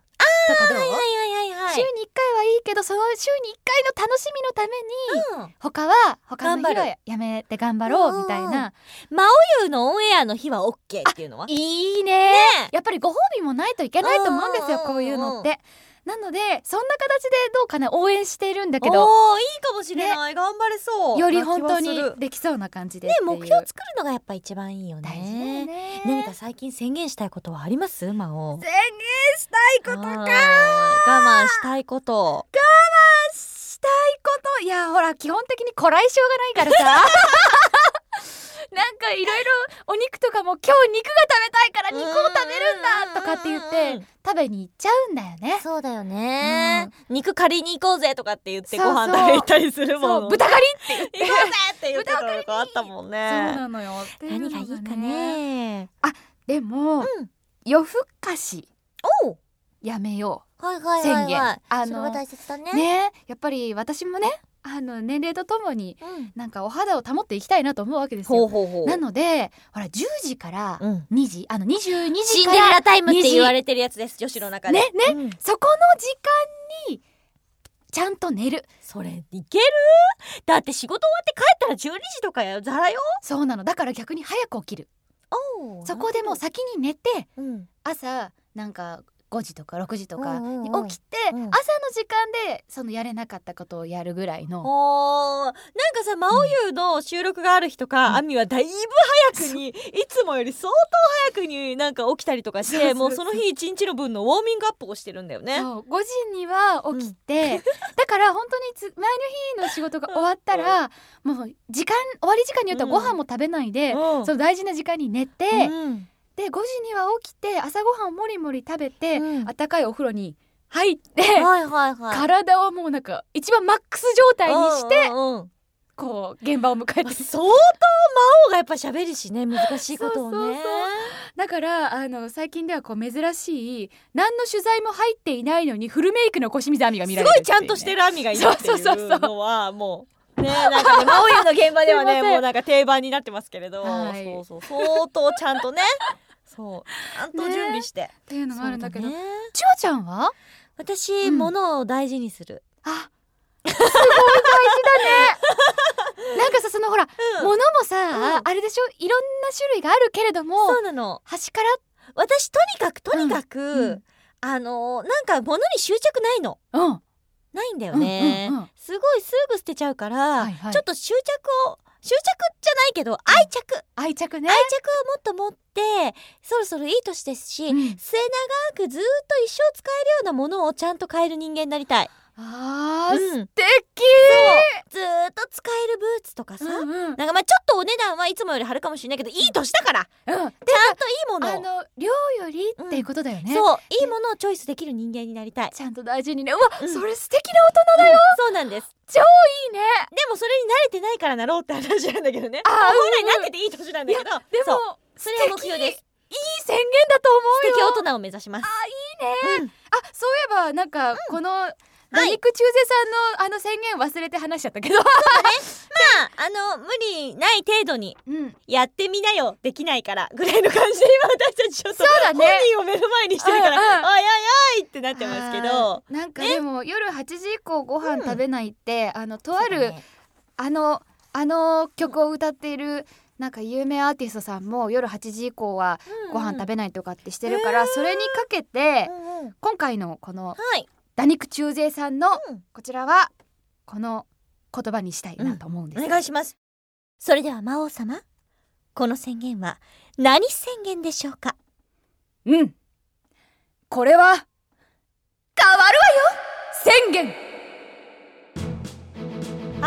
[SPEAKER 2] とかどう、
[SPEAKER 1] はいはいは
[SPEAKER 2] 週に1回はいいけどその週に1回の楽しみのために、
[SPEAKER 1] うん
[SPEAKER 2] 他は他の日
[SPEAKER 1] 頑張
[SPEAKER 2] はやめて頑張ろうみたいな、
[SPEAKER 1] 真お湯のオンエアの日は OK っていうのはい
[SPEAKER 2] いねやっぱりご褒美もないといけないと思うんで
[SPEAKER 1] うんう
[SPEAKER 2] すよ
[SPEAKER 1] んうんうん
[SPEAKER 2] こういうのってなのでそんな形でどうかね応援しているんだけ
[SPEAKER 1] お
[SPEAKER 2] ど
[SPEAKER 1] ーいいかもしれない、頑張れそう
[SPEAKER 2] より本当
[SPEAKER 1] な気
[SPEAKER 2] に
[SPEAKER 1] はする
[SPEAKER 2] できそうな感じで
[SPEAKER 1] ね
[SPEAKER 2] っていう
[SPEAKER 1] 目標作るのがやっぱ一番いいよね
[SPEAKER 2] 大事だよね
[SPEAKER 1] 何か最近宣言したいことはあります魔王
[SPEAKER 3] 宣言したいこと
[SPEAKER 1] あー
[SPEAKER 3] か
[SPEAKER 1] 我慢したいこと
[SPEAKER 2] したいこといやほら基本的にこらえ性がないからさ なんかいろいろお肉とかも今日肉が食べたいから肉を食べるんだとかって言
[SPEAKER 1] うんうんうん
[SPEAKER 2] って食べに行っちゃうんだよね
[SPEAKER 1] そうだよね、肉借りに行こうぜとかって言ってご飯
[SPEAKER 2] そうそう
[SPEAKER 1] 食べに行ったりするもん
[SPEAKER 2] そう豚狩りって言って
[SPEAKER 1] 行こうぜって言ってたのとかあったもん
[SPEAKER 2] そう
[SPEAKER 1] ね
[SPEAKER 2] なのよってうの
[SPEAKER 1] 何
[SPEAKER 2] が
[SPEAKER 1] がい
[SPEAKER 2] ね
[SPEAKER 1] いかね
[SPEAKER 2] でも、
[SPEAKER 1] うん
[SPEAKER 2] 夜更かし
[SPEAKER 1] おう
[SPEAKER 2] やめよ
[SPEAKER 1] はいは
[SPEAKER 2] 宣言あの
[SPEAKER 1] 切だね
[SPEAKER 2] うねやっぱり私もねあの年齢とともに
[SPEAKER 1] うん
[SPEAKER 2] なんかお肌を保っていきたいなと思うわけです
[SPEAKER 1] ほう
[SPEAKER 2] よ
[SPEAKER 1] ほうほう
[SPEAKER 2] なのでほら10時から
[SPEAKER 1] うん
[SPEAKER 2] 2時あの22時
[SPEAKER 1] シン
[SPEAKER 2] か
[SPEAKER 1] デレ
[SPEAKER 2] ら
[SPEAKER 1] ラタイムって
[SPEAKER 2] 二時
[SPEAKER 1] 言われてるやつです女子の中で
[SPEAKER 2] ねね
[SPEAKER 1] うん
[SPEAKER 2] そこの時間にちゃんと寝る
[SPEAKER 1] それいけるだって仕事終わって帰ったら12時とかやざらよ
[SPEAKER 2] そうなのだから逆に早く起きるそこでもう先に寝て
[SPEAKER 1] うん
[SPEAKER 2] 朝なんか5時とか6時とか
[SPEAKER 1] うん
[SPEAKER 2] に
[SPEAKER 1] うんうん
[SPEAKER 2] 起きて朝
[SPEAKER 1] うん
[SPEAKER 2] の時間でそのやれなかったことをやるぐらいの
[SPEAKER 1] おーなんかさ「真央優」の収録がある日とか、アミはだいぶ早くにいつもより相当早くになんか起きたりとかして
[SPEAKER 2] そうそうそう
[SPEAKER 1] もうその日一日の分のウォーミングアップをしてるんだよね。
[SPEAKER 2] そう5時には起きて、だから本当につ前の日の仕事が終わったらもう時間終わり時間によってはご飯も食べないで、
[SPEAKER 1] うん
[SPEAKER 2] その大事な時間に寝て、
[SPEAKER 1] うん
[SPEAKER 2] で5時には起きて朝ごはんをもりもり食べて、
[SPEAKER 1] うん
[SPEAKER 2] 温かいお風呂に入って、
[SPEAKER 1] はいはいはい。
[SPEAKER 2] 体をもうなんか一番マックス状態にして、
[SPEAKER 1] うんうん
[SPEAKER 2] こう現場を迎え
[SPEAKER 1] ま
[SPEAKER 2] て
[SPEAKER 1] あ相当魔王がやっぱ喋るしね難しいことをね。
[SPEAKER 2] そうそうだからあの最近ではこう珍しい何の取材も入っていないのにフルメイクの小清水亜美が見ら
[SPEAKER 1] す
[SPEAKER 2] れる
[SPEAKER 1] ご
[SPEAKER 2] って
[SPEAKER 1] いう
[SPEAKER 2] ね
[SPEAKER 1] ちゃんとしてるアミがいるってい
[SPEAKER 2] そうそうそう
[SPEAKER 1] うのはもう ねなんかね真央優の現場では
[SPEAKER 2] す
[SPEAKER 1] ね
[SPEAKER 2] いません
[SPEAKER 1] もうなんか定番になってますけれど、
[SPEAKER 2] はい
[SPEAKER 1] そうそう相当ちゃんと ねそうちゃんと準備して、
[SPEAKER 2] っていうのもあるんだけど
[SPEAKER 1] そうね
[SPEAKER 2] ちおちゃんは
[SPEAKER 1] 私、
[SPEAKER 2] うん
[SPEAKER 1] 物を大事にする
[SPEAKER 2] あ、すごい大事だね。なんかさそのほら、
[SPEAKER 1] うん
[SPEAKER 2] 物もさ、
[SPEAKER 1] うん
[SPEAKER 2] あれでしょいろんな種類があるけれども
[SPEAKER 1] そうなの
[SPEAKER 2] 端から
[SPEAKER 1] 私とにかくとにかく、
[SPEAKER 2] んうん
[SPEAKER 1] あのーなんか物に執着ないの
[SPEAKER 2] うん
[SPEAKER 1] ないんだよね、
[SPEAKER 2] うんうんうん
[SPEAKER 1] すごいすぐ捨てちゃうから、
[SPEAKER 2] はいはい
[SPEAKER 1] ちょっと執着を執着じゃないけど愛着、
[SPEAKER 2] 愛着ね
[SPEAKER 1] 愛。着をもっと持ってそろそろいい年ですし、
[SPEAKER 2] うん
[SPEAKER 1] 末永くずーっと一生使えるようなものをちゃんと買える人間になりたい
[SPEAKER 2] あー、
[SPEAKER 1] うん
[SPEAKER 2] 素敵
[SPEAKER 1] ずーっと使えるブーツとかさ、
[SPEAKER 2] うんうん
[SPEAKER 1] なんかまあちょっとお値段はいつもより張るかもしれないけどいい年だからち
[SPEAKER 2] うん
[SPEAKER 1] ゃんといいも
[SPEAKER 2] あ
[SPEAKER 1] のを
[SPEAKER 2] の量よりっていうことだよね、
[SPEAKER 1] そういいものをチョイスできる人間になりたい
[SPEAKER 2] ちゃんと大事にねうわ、
[SPEAKER 1] うん
[SPEAKER 2] それ素敵な大人だよ
[SPEAKER 1] そうなんです
[SPEAKER 2] いいね
[SPEAKER 1] でもそれに慣れてないからなろうって話なんだけどね
[SPEAKER 2] あー
[SPEAKER 1] ま本
[SPEAKER 2] うんうん
[SPEAKER 1] 来なってていい年なんだけど
[SPEAKER 2] で
[SPEAKER 1] そう
[SPEAKER 2] も
[SPEAKER 1] それは目標です
[SPEAKER 2] いい宣言だと思うよ
[SPEAKER 1] 素敵大人を目指します
[SPEAKER 2] ね
[SPEAKER 1] うん
[SPEAKER 2] あそういえばなんか、このダニック中世さんのあの宣言忘れて話しちゃったけど、
[SPEAKER 1] まああの無理ない程度に
[SPEAKER 2] うん、
[SPEAKER 1] やってみなよできないからぐらいの感じで今私たちちょっと
[SPEAKER 2] そうだね
[SPEAKER 1] 本人を目の前にしてるから、
[SPEAKER 2] うんうん
[SPEAKER 1] おいおいおいってなってますけ
[SPEAKER 2] は
[SPEAKER 1] ど
[SPEAKER 2] いなんか
[SPEAKER 1] ね
[SPEAKER 2] でも夜8時以降ご飯食べないって、あのとあ
[SPEAKER 1] そう
[SPEAKER 2] る、
[SPEAKER 1] だね
[SPEAKER 2] あのあの曲を歌っているなんか有名アーティストさんも夜8時以降はご飯食べないとかってしてるから、それにかけて、
[SPEAKER 1] うんうんうんうん
[SPEAKER 2] 今回のこの
[SPEAKER 1] はい
[SPEAKER 2] ダニク中勢さんの
[SPEAKER 1] うん
[SPEAKER 2] こちらはこの言葉にしたいなと思うんです、
[SPEAKER 1] お願いしますそれでは魔王様この宣言は何宣言でしょうか
[SPEAKER 2] うんこれは変わるわよ宣言
[SPEAKER 1] あーいい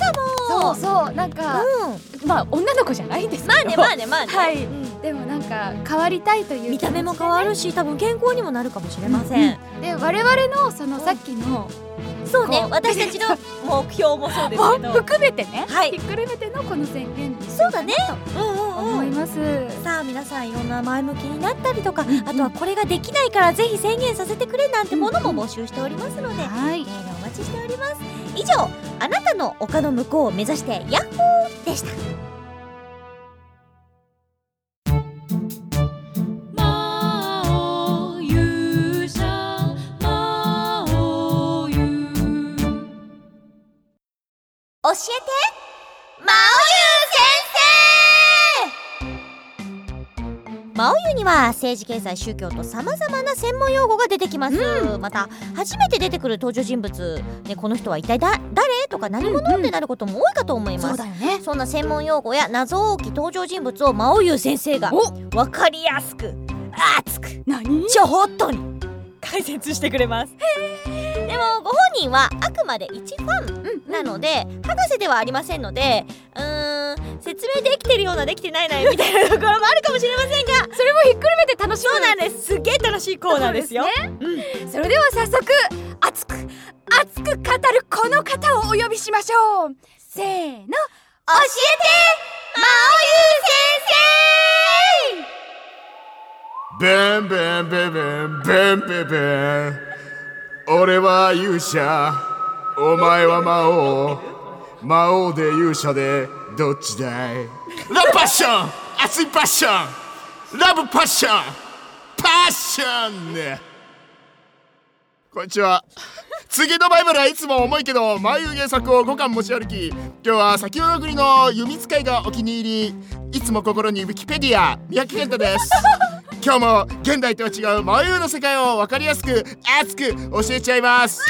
[SPEAKER 1] か
[SPEAKER 2] そ
[SPEAKER 1] も
[SPEAKER 2] うそうなんか、
[SPEAKER 1] うん
[SPEAKER 2] まあ女の子じゃないんですけど
[SPEAKER 1] まあねまあねまあね、
[SPEAKER 2] はい
[SPEAKER 1] うん
[SPEAKER 2] でもなんか変わりたいという
[SPEAKER 1] 見た目も変わるし多分健康にもなるかもしれません、
[SPEAKER 2] で我々のそのさっきの
[SPEAKER 1] そうね
[SPEAKER 2] こう
[SPEAKER 1] 私たちの目標もそうですけど
[SPEAKER 2] も含めてね、
[SPEAKER 1] はい
[SPEAKER 2] ひっくるめてのこの宣言にし
[SPEAKER 1] そ
[SPEAKER 2] よ
[SPEAKER 1] うだね
[SPEAKER 2] かな
[SPEAKER 1] う
[SPEAKER 2] と
[SPEAKER 1] んうんう
[SPEAKER 2] 思
[SPEAKER 1] ん
[SPEAKER 2] います、
[SPEAKER 1] さあ皆さんいろんな前向きになったりとか、あとはこれができないからぜひ宣言させてくれなんてものも募集しておりますので、メー
[SPEAKER 2] はい
[SPEAKER 1] ルお待ちしております以上あなたの丘の向こうを目指してヤッホーでした教えて魔王優先生魔王優には政治経済宗教とさまざまな専門用語が出てきます、また初めて出てくる登場人物、ね、この人は一体だ誰とか何者ってなることも多いかと思います、
[SPEAKER 2] そうだよね
[SPEAKER 1] そんな専門用語や謎多き登場人物を魔王優先生がわかりやすく熱く
[SPEAKER 2] 何
[SPEAKER 1] ちょほっとに解説してくれますでもご本人はあくまで一ファンなので博士ではありませんのでうーん説明できてるようなできてないなみたいなところもあるかもしれませんが
[SPEAKER 2] それもひっくるめて楽し
[SPEAKER 1] そうなんですすげえ楽しいコーナーですよ
[SPEAKER 2] むそれでは早速熱く熱く語るこの方をお呼びしましょうせーの
[SPEAKER 1] 教えて魔王優先生
[SPEAKER 7] ベンベンベンベンベンベンベン俺は勇者お前は魔王魔王で勇者でどっちだいラブパッション熱いパッションラブパッションパッションこんにちは次のバイブルはいつも重いけど眉毛作を5巻持ち歩き今日は先ほどの国の弓使いがお気に入りいつも心にウィキペディア三宅健太です今日も現代とは違う眉毛の世界を分かりやすく熱く教えちゃいます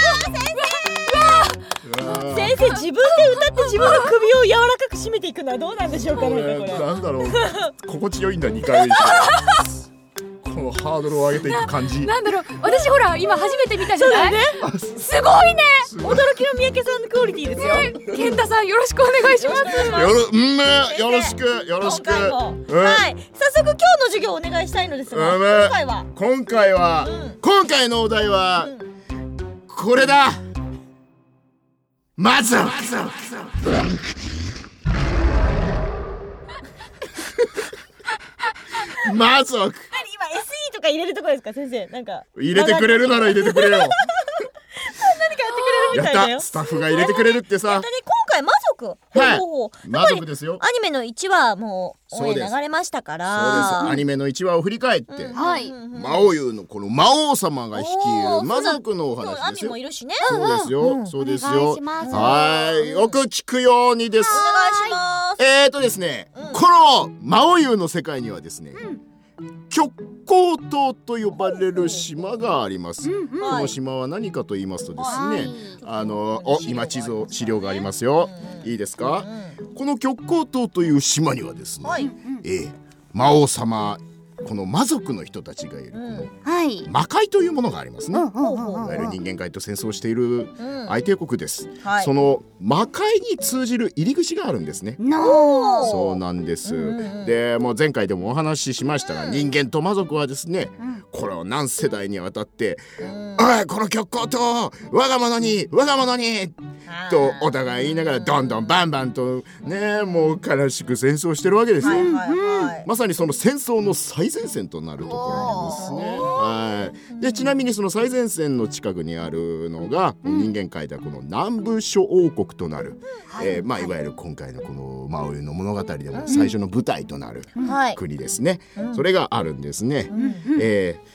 [SPEAKER 1] 先生自分で歌って自分の首を柔らかく締めていくのはどうなんでしょうかねこれ
[SPEAKER 7] なんだろう心地よいんだ2回このハードルを上げていく感じ
[SPEAKER 2] なんだろう私ほら今初めて見たじゃない、すごいね
[SPEAKER 1] 驚きの三宅さんのクオリティですよ
[SPEAKER 2] 健太さんよろしくお願いします
[SPEAKER 7] よろ,、うんね、よろしくよろし
[SPEAKER 1] 今
[SPEAKER 7] く
[SPEAKER 1] 回も、
[SPEAKER 7] うん
[SPEAKER 1] はい早速今日の授業をお願いしたいのですが、
[SPEAKER 7] うん
[SPEAKER 1] 今回は
[SPEAKER 7] 今回は、
[SPEAKER 1] うん
[SPEAKER 7] 今回のお題は、これだまずはまずは
[SPEAKER 1] 今 SE とか入れるとこですか先生なんか
[SPEAKER 7] 入れてくれるなら入れてくれ
[SPEAKER 1] 何
[SPEAKER 7] よ
[SPEAKER 1] かやってくれるみ
[SPEAKER 7] やった
[SPEAKER 1] いだよ
[SPEAKER 7] たスタッフが入れてくれるって
[SPEAKER 1] や
[SPEAKER 7] さ
[SPEAKER 1] ったね今回魔族
[SPEAKER 7] はい
[SPEAKER 1] ほうほうほう
[SPEAKER 7] 魔族ですよ
[SPEAKER 1] アニメの1話もうオンエ
[SPEAKER 7] そうで
[SPEAKER 1] ア
[SPEAKER 7] す
[SPEAKER 1] 流れましたか
[SPEAKER 7] そうです
[SPEAKER 1] ら
[SPEAKER 7] アニメの1話を振り返って、
[SPEAKER 2] はい
[SPEAKER 7] 魔王優のこの魔王様が率い
[SPEAKER 1] おー
[SPEAKER 7] る魔族のお
[SPEAKER 1] 今日
[SPEAKER 7] 話
[SPEAKER 1] ア
[SPEAKER 7] で
[SPEAKER 1] ミ
[SPEAKER 7] すよ
[SPEAKER 1] もいるしね
[SPEAKER 7] そうですよ、そうですよはーいよく聞くようにです
[SPEAKER 1] お願いします
[SPEAKER 7] えーとですね、この魔王優の世界にはですね、極光島と呼ばれる島があります、この島は何かと言いますとですね、あのお今地図を資料がありますよ、いいですか、この極光島という島にはですね、
[SPEAKER 1] はい
[SPEAKER 7] えー魔王様この魔族の人たちがいるこの
[SPEAKER 3] はい
[SPEAKER 7] 魔界というものがありますね。
[SPEAKER 3] うんうん
[SPEAKER 7] いわゆる人間界と戦争している
[SPEAKER 1] うん
[SPEAKER 7] 相手国です、
[SPEAKER 8] はい
[SPEAKER 7] その魔界に通じる入り口があるんですね
[SPEAKER 3] の
[SPEAKER 7] そうなんです、
[SPEAKER 1] うんうんうん
[SPEAKER 7] でもう前回でもお話ししましたが、人間と魔族はですね、
[SPEAKER 3] ん
[SPEAKER 7] これを何世代にわたって「おいこの極光と我が物に我が物に!」とお互い言いながらどんどんバンバンとねもう悲しく戦争してるわけですよ。
[SPEAKER 8] はいはいはい。
[SPEAKER 7] まさにその戦争の最前線となるところですね。はい。でちなみにその最前線の近くにあるのが、人間界ではこの南部諸王国となる、えーまあいわゆる今回のこのマオイの物語でも最初の舞台となる
[SPEAKER 8] はい。
[SPEAKER 7] 国ですね。それがあるんですね。えー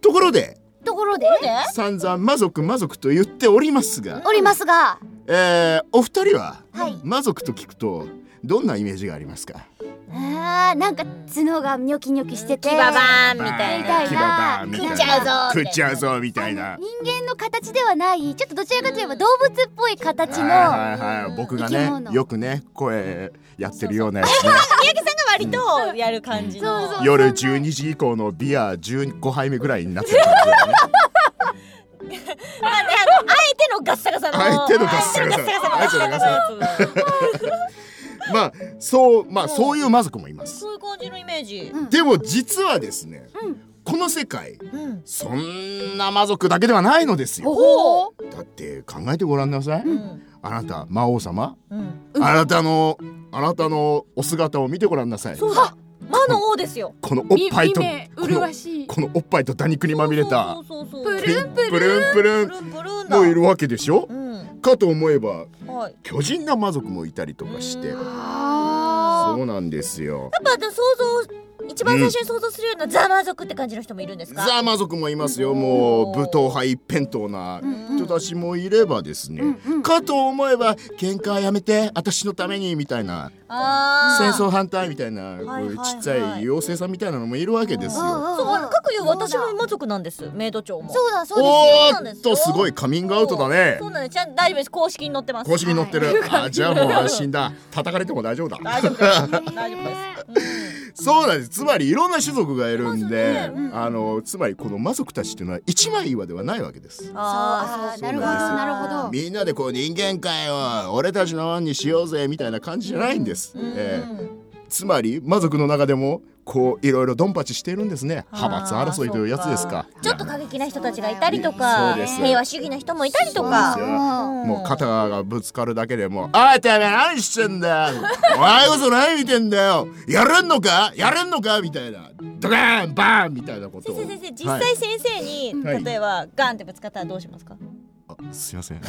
[SPEAKER 7] ところで
[SPEAKER 3] ところで
[SPEAKER 7] 散々魔族魔族と言っておりますが、
[SPEAKER 3] おりますが
[SPEAKER 7] えーお二人は
[SPEAKER 3] はい
[SPEAKER 7] 魔族と聞くとどんなイメージがありますか？
[SPEAKER 3] あーなんか角がニョキニョキしてて
[SPEAKER 1] バーンみ
[SPEAKER 7] た
[SPEAKER 1] い
[SPEAKER 3] な
[SPEAKER 7] 牙バーンみた
[SPEAKER 1] 食っ
[SPEAKER 7] いな
[SPEAKER 1] ちゃうぞ
[SPEAKER 7] 食っちゃうぞみたいな
[SPEAKER 3] 人間の形ではないちょっとどちらかといえば動物っぽい形の
[SPEAKER 7] はいはいはい僕
[SPEAKER 3] 生
[SPEAKER 7] が
[SPEAKER 3] き
[SPEAKER 7] ね
[SPEAKER 3] 物
[SPEAKER 7] よくね声やってるようなや つね
[SPEAKER 1] 割とやる感じの、
[SPEAKER 7] 夜12時以降のビア15杯目ぐらいになってる感じだよね
[SPEAKER 1] あねあのあえてのガッサガサの
[SPEAKER 7] 相手のガッサガ
[SPEAKER 1] あえ
[SPEAKER 7] サ
[SPEAKER 1] てのガッサガサの
[SPEAKER 7] まあそうまあそういう魔族もいます
[SPEAKER 1] そういう感じのイメージ、
[SPEAKER 7] でも実はですねこの世界
[SPEAKER 1] うん
[SPEAKER 7] そんな魔族だけではないのですよ
[SPEAKER 1] ほ
[SPEAKER 7] だって考えてごらんなさい
[SPEAKER 1] うん
[SPEAKER 7] あなた魔王様
[SPEAKER 1] うん、
[SPEAKER 7] あなたのあなたのお姿を見てごらんなさい
[SPEAKER 1] そうだ魔の王ですよ
[SPEAKER 7] このおっぱいと
[SPEAKER 2] 目
[SPEAKER 7] この
[SPEAKER 2] 麗しい
[SPEAKER 7] このおっぱいと多肉にまみれた
[SPEAKER 1] そうそうそうそう
[SPEAKER 2] プ
[SPEAKER 1] プ
[SPEAKER 2] ルンプルン
[SPEAKER 7] プルンプルン
[SPEAKER 1] ルンプルンだ
[SPEAKER 7] もいるわけでしょ
[SPEAKER 1] うん
[SPEAKER 7] かと思えば
[SPEAKER 1] はい
[SPEAKER 7] 巨人な魔族もいたりとかしてそうなんですよ
[SPEAKER 1] やっぱあの想像一番最初に想像するようなザマ族って感じの人もいるんですか、
[SPEAKER 7] ザ魔族もいますよもう武闘派一辺倒な人たちもいればですねかと思えば喧嘩やめて私のためにみたいな
[SPEAKER 1] あ
[SPEAKER 7] 戦
[SPEAKER 1] あ
[SPEAKER 7] 争反対みたいなこう
[SPEAKER 1] はい
[SPEAKER 7] い
[SPEAKER 1] は
[SPEAKER 7] う
[SPEAKER 1] いはい
[SPEAKER 7] ちっちゃい妖精さんみたいなのもいるわけですよ
[SPEAKER 1] そうあの各言う私も魔族なんですメイド長も
[SPEAKER 3] そうだそうです
[SPEAKER 1] そ
[SPEAKER 7] お
[SPEAKER 1] うなん
[SPEAKER 7] ー
[SPEAKER 1] で
[SPEAKER 7] っ
[SPEAKER 1] すよ
[SPEAKER 7] とすごいカミングアウトだね
[SPEAKER 1] そうなんですちゃん大丈夫です公式に載ってます
[SPEAKER 7] 公式に載ってるあじゃあもう安心だ叩かれても大丈夫だ
[SPEAKER 1] 大丈夫です大丈夫です、
[SPEAKER 7] そうなんです。つまりいろんな種族がいるんで、
[SPEAKER 1] いますねうん
[SPEAKER 7] あのつまりこの魔族たちっていうのは一枚岩ではないわけです
[SPEAKER 1] う。ん、ああ
[SPEAKER 7] そうなんですよ
[SPEAKER 3] なるほどなるほど
[SPEAKER 7] みんなでこう人間界を俺たちの案にしようぜみたいな感じじゃないんです。ええつまり魔族の中でもこういろいろドンパチしているんですね。派閥争いというやつですか。
[SPEAKER 1] ちょっと
[SPEAKER 7] いや
[SPEAKER 1] 過激な人たちがいたりとか、
[SPEAKER 7] そうです
[SPEAKER 1] 平和主義な人もいたりと
[SPEAKER 7] そう
[SPEAKER 1] か
[SPEAKER 7] ですよ
[SPEAKER 1] うん
[SPEAKER 7] もう肩がぶつかるだけでもう「あいてめえ何してんだよお前こそ何見てんだよやれんのかやれんのか」みたいなドカーンバーンみたいなことを
[SPEAKER 1] 先生先生実
[SPEAKER 7] はい
[SPEAKER 1] 際先生に、
[SPEAKER 7] はい
[SPEAKER 1] 例えばガンってぶつかったらどうしますか、
[SPEAKER 7] あすいません。
[SPEAKER 1] 超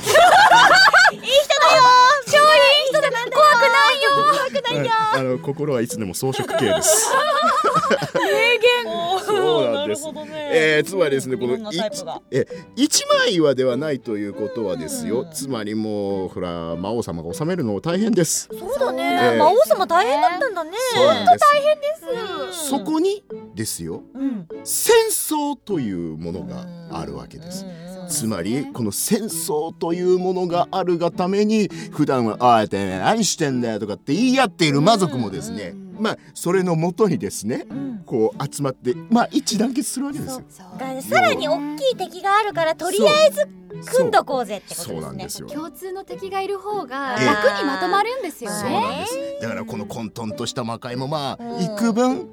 [SPEAKER 1] いい人だなんだ怖くないよ怖くないよ
[SPEAKER 7] あの心はいつでも装飾系です。
[SPEAKER 1] おー
[SPEAKER 7] そうなんです
[SPEAKER 1] るほどね
[SPEAKER 7] えー、つまりですね、こ
[SPEAKER 1] いろんな
[SPEAKER 7] の一
[SPEAKER 1] タイプが
[SPEAKER 7] え一枚岩ではないということはですよ
[SPEAKER 1] うん。
[SPEAKER 7] つまりもうほら魔王様が治めるの大変です。
[SPEAKER 1] そうだね、
[SPEAKER 7] ええ
[SPEAKER 1] 魔王様大変だったんだね
[SPEAKER 7] 大変
[SPEAKER 1] です
[SPEAKER 7] そこにですよ、
[SPEAKER 1] うん
[SPEAKER 7] 戦争というものがあるわけです。つまりこの戦争というものがあるがために普段は「ああてめえ何してんだよ」とかって言い合っている魔族もですねまあそれのもとにですね
[SPEAKER 1] うん
[SPEAKER 7] こう集まってまあ一致団結するわけですよ。
[SPEAKER 1] だからさらに大きい敵があるからとりあえず組んどこうぜってことですね
[SPEAKER 7] そうなんですよ。
[SPEAKER 2] 共通の敵がいる方が
[SPEAKER 7] ええ
[SPEAKER 2] 楽にまとまるんですよ
[SPEAKER 7] そう
[SPEAKER 2] ね
[SPEAKER 7] なんです。だからこの混沌とした魔界もまあ、
[SPEAKER 1] うん
[SPEAKER 7] 幾分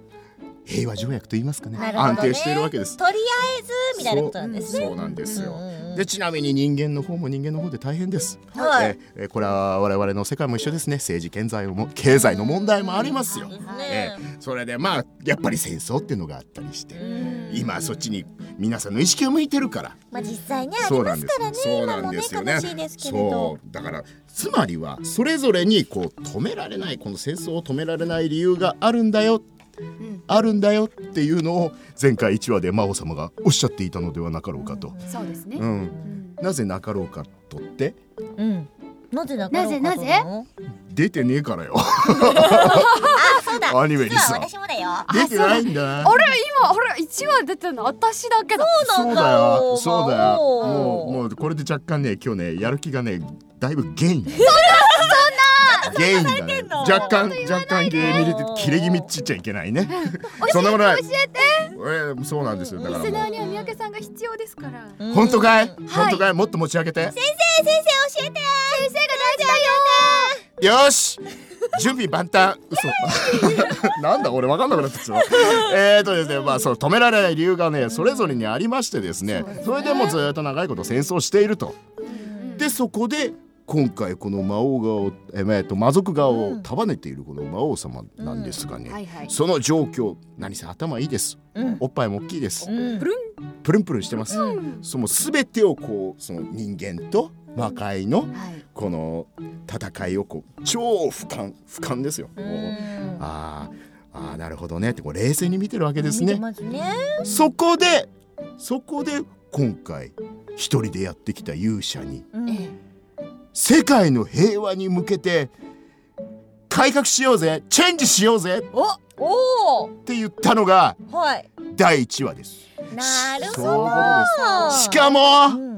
[SPEAKER 7] 平和条約と言いますかね
[SPEAKER 1] なるほど
[SPEAKER 7] 安
[SPEAKER 1] ね
[SPEAKER 7] 定しているわけです。
[SPEAKER 1] とりあえずみたいなことなんですね
[SPEAKER 7] そうそうなんですよ。
[SPEAKER 1] うんうん
[SPEAKER 7] でちなみに人間の方も人間の方で大変です。
[SPEAKER 1] はい
[SPEAKER 7] ええこれは我々の世界も一緒ですね。政治経済も経済の問題もありますよ。
[SPEAKER 1] です
[SPEAKER 7] え
[SPEAKER 1] ね
[SPEAKER 7] えそれでまあやっぱり戦争っていうのがあったりして、
[SPEAKER 1] うん
[SPEAKER 7] 今そっちに皆さんの意識を向いてるから。
[SPEAKER 1] まあ実際ねあ
[SPEAKER 7] そ
[SPEAKER 1] り
[SPEAKER 7] うな
[SPEAKER 1] ま
[SPEAKER 7] ん
[SPEAKER 1] す
[SPEAKER 7] で
[SPEAKER 1] からね
[SPEAKER 7] すそうな
[SPEAKER 1] 今
[SPEAKER 7] ん
[SPEAKER 1] もね
[SPEAKER 7] ですよね
[SPEAKER 1] 悲しいですけれ
[SPEAKER 7] そ
[SPEAKER 1] ど
[SPEAKER 7] うだからつまりはそれぞれにこう止められないこの戦争を止められない理由があるんだよ、あるんだよっていうのを前回1話で魔王様がおっしゃっていたのではなかろうかと、
[SPEAKER 2] そうですね
[SPEAKER 7] うんなぜなかろうかとって
[SPEAKER 1] うんなぜなかろうかと
[SPEAKER 3] なぜなぜ
[SPEAKER 1] 思うの
[SPEAKER 7] 出てねえからよ
[SPEAKER 1] そうだ
[SPEAKER 7] アニメに
[SPEAKER 1] 実
[SPEAKER 7] さ
[SPEAKER 1] は私もだよ
[SPEAKER 7] 出てないんだ
[SPEAKER 2] あれ今あれ一話出てるの私だけだ
[SPEAKER 1] そうなん
[SPEAKER 7] だ
[SPEAKER 1] だ
[SPEAKER 7] よ
[SPEAKER 1] よ
[SPEAKER 7] そうだよ
[SPEAKER 1] 魔王
[SPEAKER 7] もうもうこれで若干ね今日ねやる気がねだいぶ 減 減だね
[SPEAKER 1] んの
[SPEAKER 7] 若干若干減に入れて切れ気味っちっちゃいけないねそんなものない
[SPEAKER 2] 教えて
[SPEAKER 7] えーそうなんですよだから
[SPEAKER 2] リスナー
[SPEAKER 7] も
[SPEAKER 2] には三宅さんが必要ですから
[SPEAKER 7] う本当かい本当かいもっと持ち上げて
[SPEAKER 1] 生教えて先生が大事だよ
[SPEAKER 7] よし準備万端嘘 なんだ俺分かんなくなってきたえーとですねまあその止められない理由がねそれぞれにありましてですねそれでもずっと長いこと戦争しているとでそこで今回この魔王側をえーえーと魔族側を束ねているこの魔王様なんですがね、
[SPEAKER 2] いはい
[SPEAKER 7] その状況何せ頭いいです、おっぱいも大きいです、
[SPEAKER 1] うん
[SPEAKER 7] プルンプルンプルンしてます、その全てをこうその人間と魔界のこの戦いをこう超俯瞰俯瞰ですよ、もうあーあーなるほどねってこう冷静に見てるわけですね
[SPEAKER 1] ますね
[SPEAKER 7] そこでそこで今回一人でやってきた勇者に世界の平和に向けて改革しようぜチェンジしようぜ
[SPEAKER 1] おお
[SPEAKER 7] って言ったのが
[SPEAKER 1] ーはい
[SPEAKER 7] 第1話です。
[SPEAKER 1] なるほ
[SPEAKER 7] そういう
[SPEAKER 1] ど
[SPEAKER 7] ことですしかも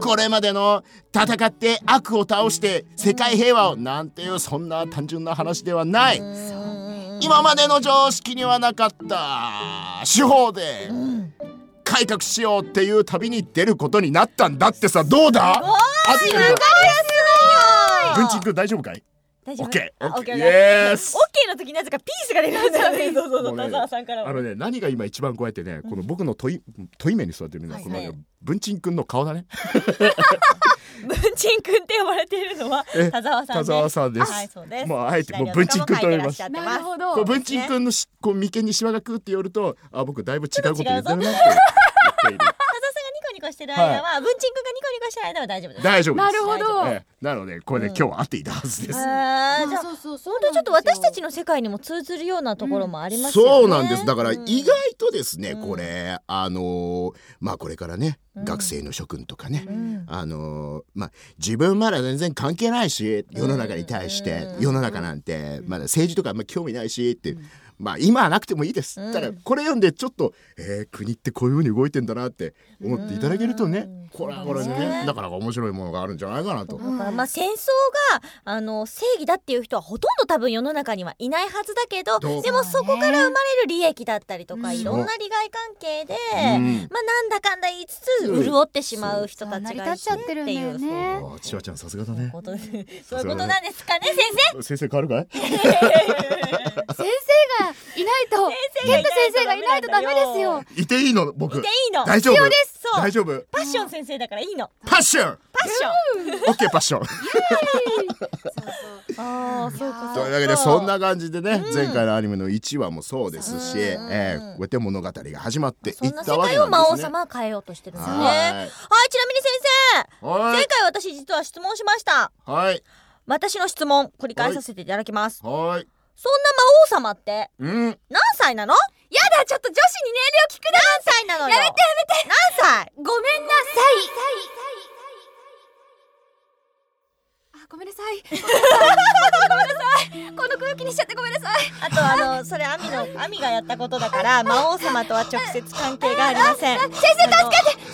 [SPEAKER 7] これまでの戦って悪を倒して世界平和をなんていうそんな単純な話ではない今までの常識にはなかった手法で改革しようっていう旅に出ることになったんだってさどうだすごいすごい文鎮君大丈夫かい
[SPEAKER 1] 大丈
[SPEAKER 7] オ
[SPEAKER 1] 夫
[SPEAKER 7] ッケーオッケーイエス
[SPEAKER 1] オッケーの時なぜかピースが出るんだよね。そうそうそ
[SPEAKER 7] も
[SPEAKER 1] う。
[SPEAKER 7] うね
[SPEAKER 1] 田沢さんから
[SPEAKER 7] あ
[SPEAKER 1] は。
[SPEAKER 7] のね何が今一番こうやってねこの僕の問い問い目に座ってるのはこのね文鎮君の顔だね
[SPEAKER 1] 文鎮くんって呼ばれているのは
[SPEAKER 7] え
[SPEAKER 1] 田沢さんね。
[SPEAKER 7] 田沢さんです
[SPEAKER 1] はい、そうです。
[SPEAKER 7] もうあえてもう文鎮くんと呼びます
[SPEAKER 1] シナリオと
[SPEAKER 2] な
[SPEAKER 1] かも
[SPEAKER 2] る
[SPEAKER 1] 書いてらっしゃってま
[SPEAKER 2] ほど
[SPEAKER 7] こう文鎮くんのしこう眉間にしわがくって寄るとあ僕だいぶ違うこと言ってるなって言っている
[SPEAKER 1] す。田沢さんがニコニコしてる間は、文鎮くんがニコニコしてる間は大丈夫です。
[SPEAKER 7] 大丈夫です
[SPEAKER 2] なるほど
[SPEAKER 7] ええなのでこれね、今日は合っていたはずです、
[SPEAKER 1] あーじゃあ
[SPEAKER 2] うそうそ
[SPEAKER 1] 本当ちょっと私たちの世界にも通ずるようなところもありますよね。
[SPEAKER 7] そうなんですだから
[SPEAKER 1] う
[SPEAKER 7] 意
[SPEAKER 1] ん
[SPEAKER 7] 外とですね、これあのーまあこれからね、学生の諸君とかね、あのーまあ自分まだ全然関係ないし世の中に対して、世の中なんてまだ政治とかあんま興味ないしって、まあ今はなくてもいいです、ただこれ読んでちょっと、えー国ってこういうふうに動いてんだなって思っていただけるとね、これはこれでねなかなか面白いものがあるんじゃないかなと。
[SPEAKER 1] だからまあ戦争があの正義だっていう人はほとんど多分世の中にはいないはずだけど
[SPEAKER 7] どう
[SPEAKER 1] でもそこから生まれる利益だったりとか、いろんな利害関係で、
[SPEAKER 7] うん
[SPEAKER 1] まあなんだかんだ言いつつ
[SPEAKER 7] うん
[SPEAKER 1] 潤ってしまう人た
[SPEAKER 2] 成
[SPEAKER 1] ち
[SPEAKER 2] り
[SPEAKER 1] が
[SPEAKER 2] 立っちゃってるんだよ
[SPEAKER 1] そういう
[SPEAKER 2] ね
[SPEAKER 7] あちわちゃんさすがだね。
[SPEAKER 1] ことでそういうことなんですかね先
[SPEAKER 7] 先生変わるかい
[SPEAKER 2] 先生がいないと健太先生がいないとダメですよ
[SPEAKER 7] いていいの僕
[SPEAKER 1] 生でいいの
[SPEAKER 7] 大丈夫
[SPEAKER 1] 必要ですそう
[SPEAKER 7] 大丈夫
[SPEAKER 1] パッション先生だからいいの
[SPEAKER 7] パッション
[SPEAKER 1] パッション
[SPEAKER 7] オッケーパッション
[SPEAKER 1] ああそうか
[SPEAKER 7] というわけでそんな感じでね、前回のアニメの1話もそうですし、えーこうやって物語が始まっていっ
[SPEAKER 1] そんな世
[SPEAKER 7] たわけ
[SPEAKER 1] 界
[SPEAKER 7] な
[SPEAKER 1] を
[SPEAKER 7] んですね
[SPEAKER 1] 魔王様は変えようとしてるんですよね
[SPEAKER 7] は
[SPEAKER 1] はいいちなみに先生
[SPEAKER 7] は
[SPEAKER 1] 前
[SPEAKER 7] い
[SPEAKER 1] 回私実は質問しました
[SPEAKER 7] はい
[SPEAKER 1] 私の質問繰り返させていただきます
[SPEAKER 7] はい
[SPEAKER 1] そんな魔王様って
[SPEAKER 7] うん
[SPEAKER 1] 何歳なのやだちょっと女子に年齢を聞くな何歳なのよやめてやめて何歳
[SPEAKER 3] ごめんなさいあごめんなさいごめんなさいこの空気にしちゃってごめんなさい
[SPEAKER 1] あとあのそれアミのアミがやったことだから魔王様とは直接関係がありません。先生助けて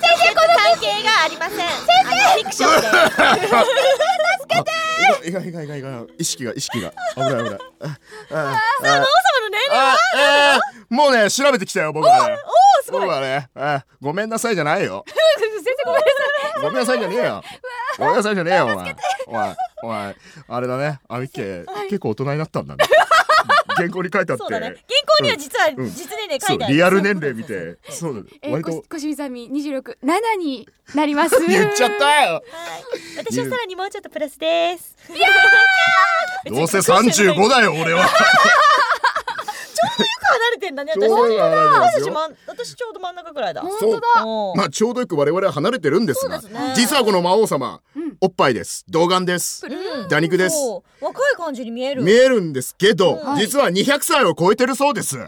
[SPEAKER 1] 先生この関係がありません。先生フィクションで
[SPEAKER 7] いがいがいがいが意識が意識が危ない危ないああ
[SPEAKER 1] 王様の年齢
[SPEAKER 7] ああえーもうね調べてきたよ僕はねおすごい僕はねあごめんなさいじゃないよごめんなさいじゃねえよごめんなさいじゃねえよお前お前お前あれだねあみっけ結構大人になったんだね原稿に書いてあって
[SPEAKER 1] そうだね。原稿には実は
[SPEAKER 7] うん
[SPEAKER 1] 実年齢書
[SPEAKER 7] そ
[SPEAKER 1] いうてある。
[SPEAKER 7] リアル年齢見てそう
[SPEAKER 2] えー、
[SPEAKER 7] だ割
[SPEAKER 2] こと小清水二十六七になります。
[SPEAKER 7] 言っちゃったよ
[SPEAKER 1] 私はさらにもうちょっとプラスです。
[SPEAKER 7] どうせ35だよ俺は
[SPEAKER 1] 離れてんだね私。
[SPEAKER 7] どうやらないで
[SPEAKER 1] 私
[SPEAKER 7] すよ
[SPEAKER 1] ま私ちょうど真ん中ぐらいだ。
[SPEAKER 7] そう
[SPEAKER 1] おー
[SPEAKER 7] まあちょうどよく我々は離れてるんですが
[SPEAKER 1] そうですね
[SPEAKER 7] 実はこの魔王様おっぱいです童顔です
[SPEAKER 1] うん
[SPEAKER 7] 打肉です
[SPEAKER 1] そう若い感じに見える。
[SPEAKER 7] 見えるんですけど、
[SPEAKER 1] はい
[SPEAKER 7] 実は200歳を超えてるそうです。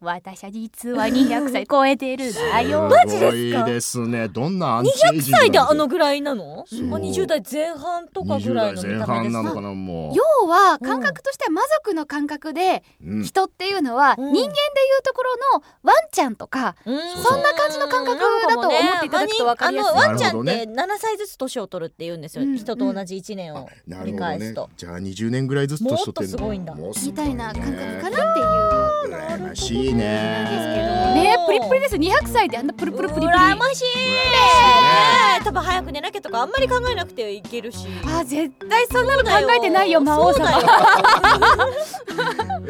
[SPEAKER 2] 私は実は二百歳超えているんだよ。
[SPEAKER 7] マジですか。ですね。どんなアンチエイ
[SPEAKER 1] 100
[SPEAKER 7] ジングな
[SPEAKER 1] 歳
[SPEAKER 7] んで
[SPEAKER 1] で
[SPEAKER 7] しょう
[SPEAKER 1] あのぐらいなの？
[SPEAKER 7] う
[SPEAKER 1] まあ20代前半とかぐらいの見
[SPEAKER 7] 20代前
[SPEAKER 1] た目で
[SPEAKER 7] 半
[SPEAKER 1] すか
[SPEAKER 7] なのかなもう。
[SPEAKER 2] 要は感覚としては魔族の感覚で、
[SPEAKER 7] うん
[SPEAKER 2] 人っていうのは人
[SPEAKER 1] うん
[SPEAKER 2] 間でいうところのワンちゃんとか、
[SPEAKER 1] そ
[SPEAKER 7] そん
[SPEAKER 2] な感じの感覚だと思っていただくと分かりやすい
[SPEAKER 1] あのワンちゃんっ
[SPEAKER 7] なる
[SPEAKER 1] て7歳ずつ年を取るって言うんですよ、
[SPEAKER 2] うん
[SPEAKER 1] 人と同じ1年を
[SPEAKER 7] なる
[SPEAKER 1] 繰り
[SPEAKER 7] ほど
[SPEAKER 1] 返す
[SPEAKER 7] ね
[SPEAKER 1] と。。
[SPEAKER 7] じゃあ20年ぐらいずつ年取ってるの
[SPEAKER 1] もっとすごいんだ
[SPEAKER 7] もうす
[SPEAKER 2] み
[SPEAKER 7] ご
[SPEAKER 2] たい
[SPEAKER 7] ね
[SPEAKER 2] な感覚かなっていう。
[SPEAKER 7] 羨ましいね
[SPEAKER 2] ねプリップリです200歳であんなプルプルプリプリ
[SPEAKER 1] 羨ましいねえ多分早く寝なきゃとかあんまり考えなくていけるし
[SPEAKER 2] あー絶対そんなの考えてないよ魔王
[SPEAKER 1] そうだ
[SPEAKER 2] 様
[SPEAKER 1] よ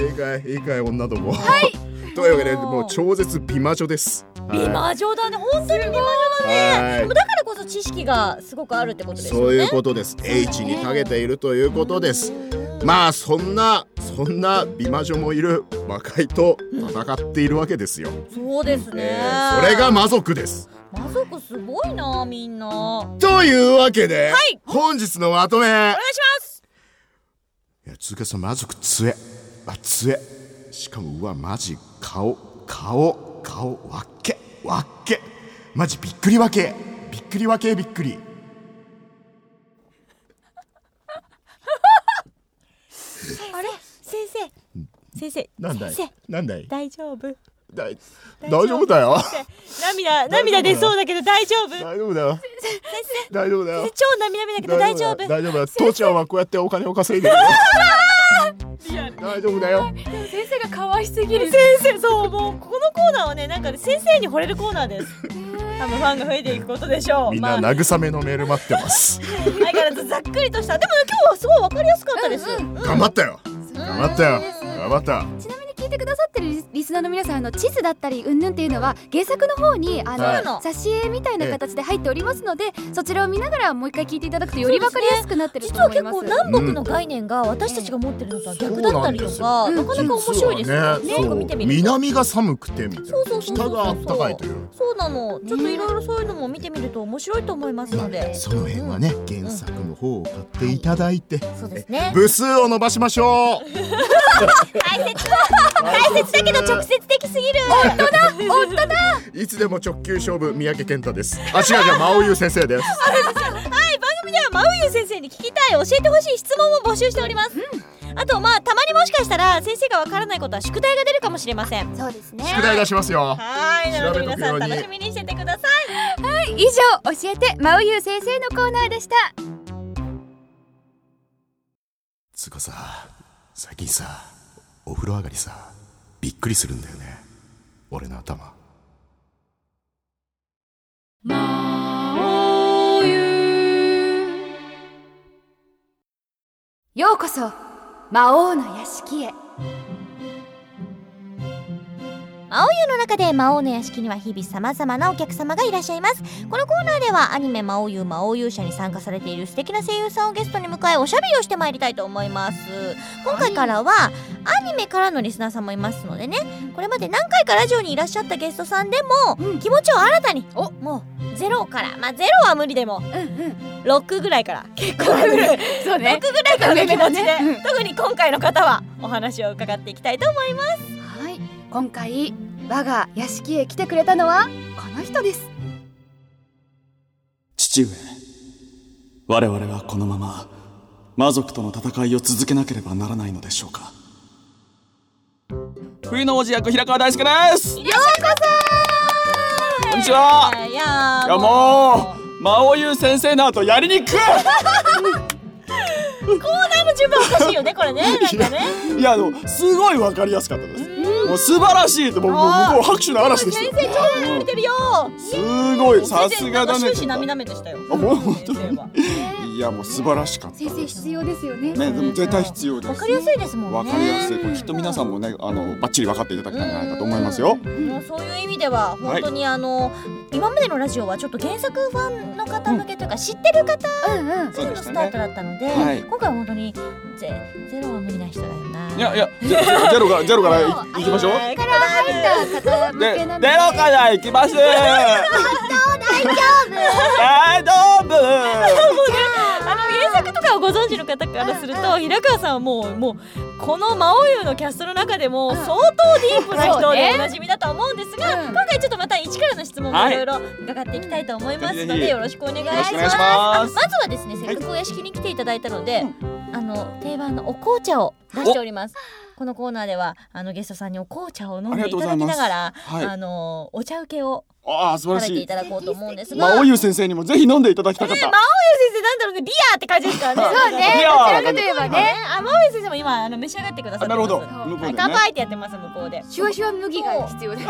[SPEAKER 7] いいかいいいかい女どもはいというわけでもう超絶美魔女です
[SPEAKER 1] 美
[SPEAKER 7] は
[SPEAKER 1] 魔女だね本当に美魔女だ
[SPEAKER 7] は
[SPEAKER 1] ね
[SPEAKER 7] い
[SPEAKER 1] でもだからこそ知識がすごくあるってこと
[SPEAKER 7] い
[SPEAKER 1] です
[SPEAKER 7] そ
[SPEAKER 1] よ
[SPEAKER 7] うい
[SPEAKER 1] ね
[SPEAKER 7] うことです H に長けているということですまあそんなそんな美魔女もいる魔界と戦っているわけですよ、
[SPEAKER 1] そうですね
[SPEAKER 7] えーそれが魔族です
[SPEAKER 1] 魔族すごいなみんなお
[SPEAKER 7] というわけで、
[SPEAKER 1] はい
[SPEAKER 7] 本日のまとめ
[SPEAKER 1] 願いします
[SPEAKER 7] いやつうかさ魔族強えあ強えしかもうわマジ顔顔顔わっけわっけマジびっくりわけびっくりわけびっくり
[SPEAKER 1] あれ先生先生
[SPEAKER 7] なんだい
[SPEAKER 1] 先生
[SPEAKER 7] なんだい
[SPEAKER 1] 大丈夫
[SPEAKER 7] だい大丈夫だよ
[SPEAKER 1] 涙涙出そうだけど大丈夫先
[SPEAKER 7] 大丈夫だよ大丈夫だよ
[SPEAKER 1] 生超涙目だけど大丈夫
[SPEAKER 7] 大丈夫だよ父ちゃんはこうやってお金を稼い でるよ大丈夫だよ
[SPEAKER 2] 先生が可愛すぎる
[SPEAKER 1] 先生そうもうこのコーナーはねなんかね先生に惚れるコーナーです多分ファンが増えていくことでしょう
[SPEAKER 7] みんな
[SPEAKER 1] まあ、
[SPEAKER 7] 慰めのメール待ってます
[SPEAKER 1] 相変わらずざっくりとしたでも今日はすごいわかりやすかったです、
[SPEAKER 7] 頑張ったよ頑張ったよ頑張った
[SPEAKER 2] ちなみに聞いてくださってるリスリスナーの皆さんあの地図だったりうんぬんっていうのは原作の方にあの、
[SPEAKER 7] はい
[SPEAKER 2] 挿絵みたいな形で入っておりますのでそちらを見ながらもう一回聞いていただくとより分かりやすくなってると
[SPEAKER 1] 実は
[SPEAKER 2] 思い
[SPEAKER 1] 結
[SPEAKER 2] ま
[SPEAKER 1] 構
[SPEAKER 2] す。
[SPEAKER 1] 南北の概念が私たちが持ってるのとは逆だったりとか、
[SPEAKER 2] うん
[SPEAKER 1] なかなか面白いですよね。
[SPEAKER 7] 実は
[SPEAKER 1] よ
[SPEAKER 7] そ
[SPEAKER 1] く
[SPEAKER 7] う
[SPEAKER 1] 見てみると。
[SPEAKER 7] 南が寒くてみたいな
[SPEAKER 1] そうそうそうそう
[SPEAKER 7] 北があったかいという
[SPEAKER 1] そうなの。ちょっといろいろそういうのも見てみると面白いと思いますので。
[SPEAKER 7] その辺はね原作の方を買っていただいて
[SPEAKER 1] そうですね。
[SPEAKER 7] 部数を伸ばしましょう
[SPEAKER 1] 大切だけど直接的すぎる。本当だ。本当だ。
[SPEAKER 7] いつでも直球勝負三宅健太ですあ違う違う真央優先生で す
[SPEAKER 1] はい、番組ではマウユ先生に聞きたい教えてほしい質問を募集しております。あとまあたまにもしかしたら先生がわからないことは宿題が出るかもしれません。そうですね
[SPEAKER 7] 宿題出しま すよ
[SPEAKER 1] はい、なので
[SPEAKER 7] 調べ
[SPEAKER 1] 皆
[SPEAKER 7] とく
[SPEAKER 1] さ
[SPEAKER 7] ようんに
[SPEAKER 1] 楽しみにしててください。
[SPEAKER 2] 以上教えてまおゆう先生のコーナーでした。
[SPEAKER 7] つうかさ最近さお風呂上がりさびっくりするんだよね俺の頭
[SPEAKER 2] ようこそ魔王の屋敷へ。
[SPEAKER 1] 青湯の中で魔王の屋敷には日々様々なお客様がいらっしゃいますこのコーナーではアニメ魔王湯魔王勇者に参加されている素敵な声優さんをゲストに迎えおしゃべりをしてまいりたいと思います今回からはアニメからのリスナーさんもいますのでねこれまで何回かラジオにいらっしゃったゲストさんでも気持ちを新たにおもうゼロからまあゼロは無理でも
[SPEAKER 2] うんうん。
[SPEAKER 1] 6ぐらいから結構なぐらい
[SPEAKER 2] そう
[SPEAKER 1] 6
[SPEAKER 2] ね。
[SPEAKER 1] ぐらいからの気持ちで
[SPEAKER 2] 上目だね
[SPEAKER 1] 特に今回の方はお話を伺っていきたいと思います
[SPEAKER 2] はい。今回我が屋敷へ来てくれたのはこの人です。
[SPEAKER 8] 父上我々はこのまま魔族との戦いを続けなければならないのでしょうか冬の王子役平川大輔ですようこそこんにちは
[SPEAKER 1] やー
[SPEAKER 8] いいやもう魔王優先生の後やりにく
[SPEAKER 1] でも順番おかし いよねこれねなんかね
[SPEAKER 8] いいやでもすごいわかりやすかったですもう素晴らしいってもうもう向こう拍手の嵐でし
[SPEAKER 1] 先
[SPEAKER 8] た
[SPEAKER 1] 生超舐めてるよ
[SPEAKER 8] すごいさすがだね
[SPEAKER 1] 終始涙目でしたよ
[SPEAKER 8] あもう本当
[SPEAKER 1] 先生はい
[SPEAKER 8] やもう素晴らしかった
[SPEAKER 2] 先生必要ですよね。
[SPEAKER 8] ねでも絶対必要です
[SPEAKER 1] わかりやすいですもんね
[SPEAKER 8] わかりやすい。これきっと皆さんもね、あのバッチリ分かっていただけたんじゃないかと思いますよ。
[SPEAKER 1] もうそういう意味では本当にあの、今までのラジオはちょっと原作ファンの方向けというか、知ってる方
[SPEAKER 2] うんうん。
[SPEAKER 8] そう
[SPEAKER 1] の
[SPEAKER 8] でした
[SPEAKER 1] スタート
[SPEAKER 8] ね。
[SPEAKER 1] だったので
[SPEAKER 8] はい
[SPEAKER 1] 今回は本当にゼゼロは無理な人だよない
[SPEAKER 8] やいや、ゼロゼロ からゼロから行きましょう。
[SPEAKER 1] はい
[SPEAKER 2] から入った方向
[SPEAKER 8] で、
[SPEAKER 2] け
[SPEAKER 8] ゼ
[SPEAKER 2] な
[SPEAKER 8] ロ
[SPEAKER 2] ので。
[SPEAKER 8] から行き ます。大丈夫。大 丈夫。
[SPEAKER 1] あの原作とかをご存知の方からすると平川さんはもうもうこの「魔王湯」のキャストの中でも相当ディープな人でおなじみだと思うんですが、
[SPEAKER 2] うん
[SPEAKER 1] 今回ちょっとまた一からの質問も
[SPEAKER 8] はいい
[SPEAKER 1] ろいろ伺っていきたいと思いますので、
[SPEAKER 8] ぜひぜひ
[SPEAKER 1] よろしくお願いし
[SPEAKER 8] よろ
[SPEAKER 1] ま
[SPEAKER 8] し
[SPEAKER 1] す
[SPEAKER 8] くお願いします。
[SPEAKER 1] まずはですねせっかくお屋敷に来ていただいたので、あの定番のお紅茶を出しておりますこのコーナーではあのゲストさんにお紅茶を飲んでいただきながらあ
[SPEAKER 8] ありがとうございますはい
[SPEAKER 1] のお茶受けを
[SPEAKER 8] ああ、素晴ら
[SPEAKER 1] 食べ
[SPEAKER 8] してい
[SPEAKER 1] い。ただこうと思うんですが、
[SPEAKER 8] 魔王優先生にもぜひ飲んでいただきたかっ
[SPEAKER 1] ね、
[SPEAKER 8] た。
[SPEAKER 1] マオユ先生なんだろうねビアーって感じですからねそう
[SPEAKER 8] いや
[SPEAKER 2] どちらかといえばね
[SPEAKER 1] あマオユ先生も今あの召し上がってくださってます
[SPEAKER 8] あなるほど
[SPEAKER 1] はい
[SPEAKER 8] 向こうでね
[SPEAKER 1] 乾杯ってやってます向こうで
[SPEAKER 2] シュワシュワ麦が必要だ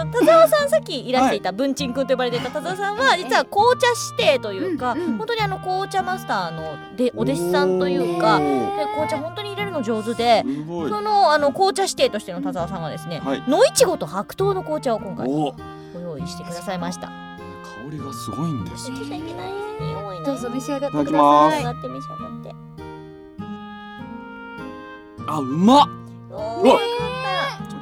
[SPEAKER 1] あの田沢さんさっきいらしていた文鎮君と呼ばれていた田沢さんは実は紅茶指定というか、本当にあの紅茶マスターのでお弟子さんというかで
[SPEAKER 8] おー
[SPEAKER 1] 紅茶本当に入れるの上手です
[SPEAKER 8] ごい。
[SPEAKER 1] そのあの紅茶指定としての田沢さんがですね、
[SPEAKER 8] はい
[SPEAKER 1] 野いちごと白桃の紅茶を今回
[SPEAKER 8] おお、香
[SPEAKER 1] ご用意してくださいました。
[SPEAKER 8] りがすごいんです。い
[SPEAKER 1] いけない匂い
[SPEAKER 2] どうぞ召し上がって
[SPEAKER 8] ただ
[SPEAKER 2] く
[SPEAKER 8] き
[SPEAKER 2] ださ
[SPEAKER 8] ま
[SPEAKER 2] い
[SPEAKER 8] す。
[SPEAKER 1] って召し上がって。
[SPEAKER 8] あ、うまっ。
[SPEAKER 1] お
[SPEAKER 8] うわ
[SPEAKER 1] ー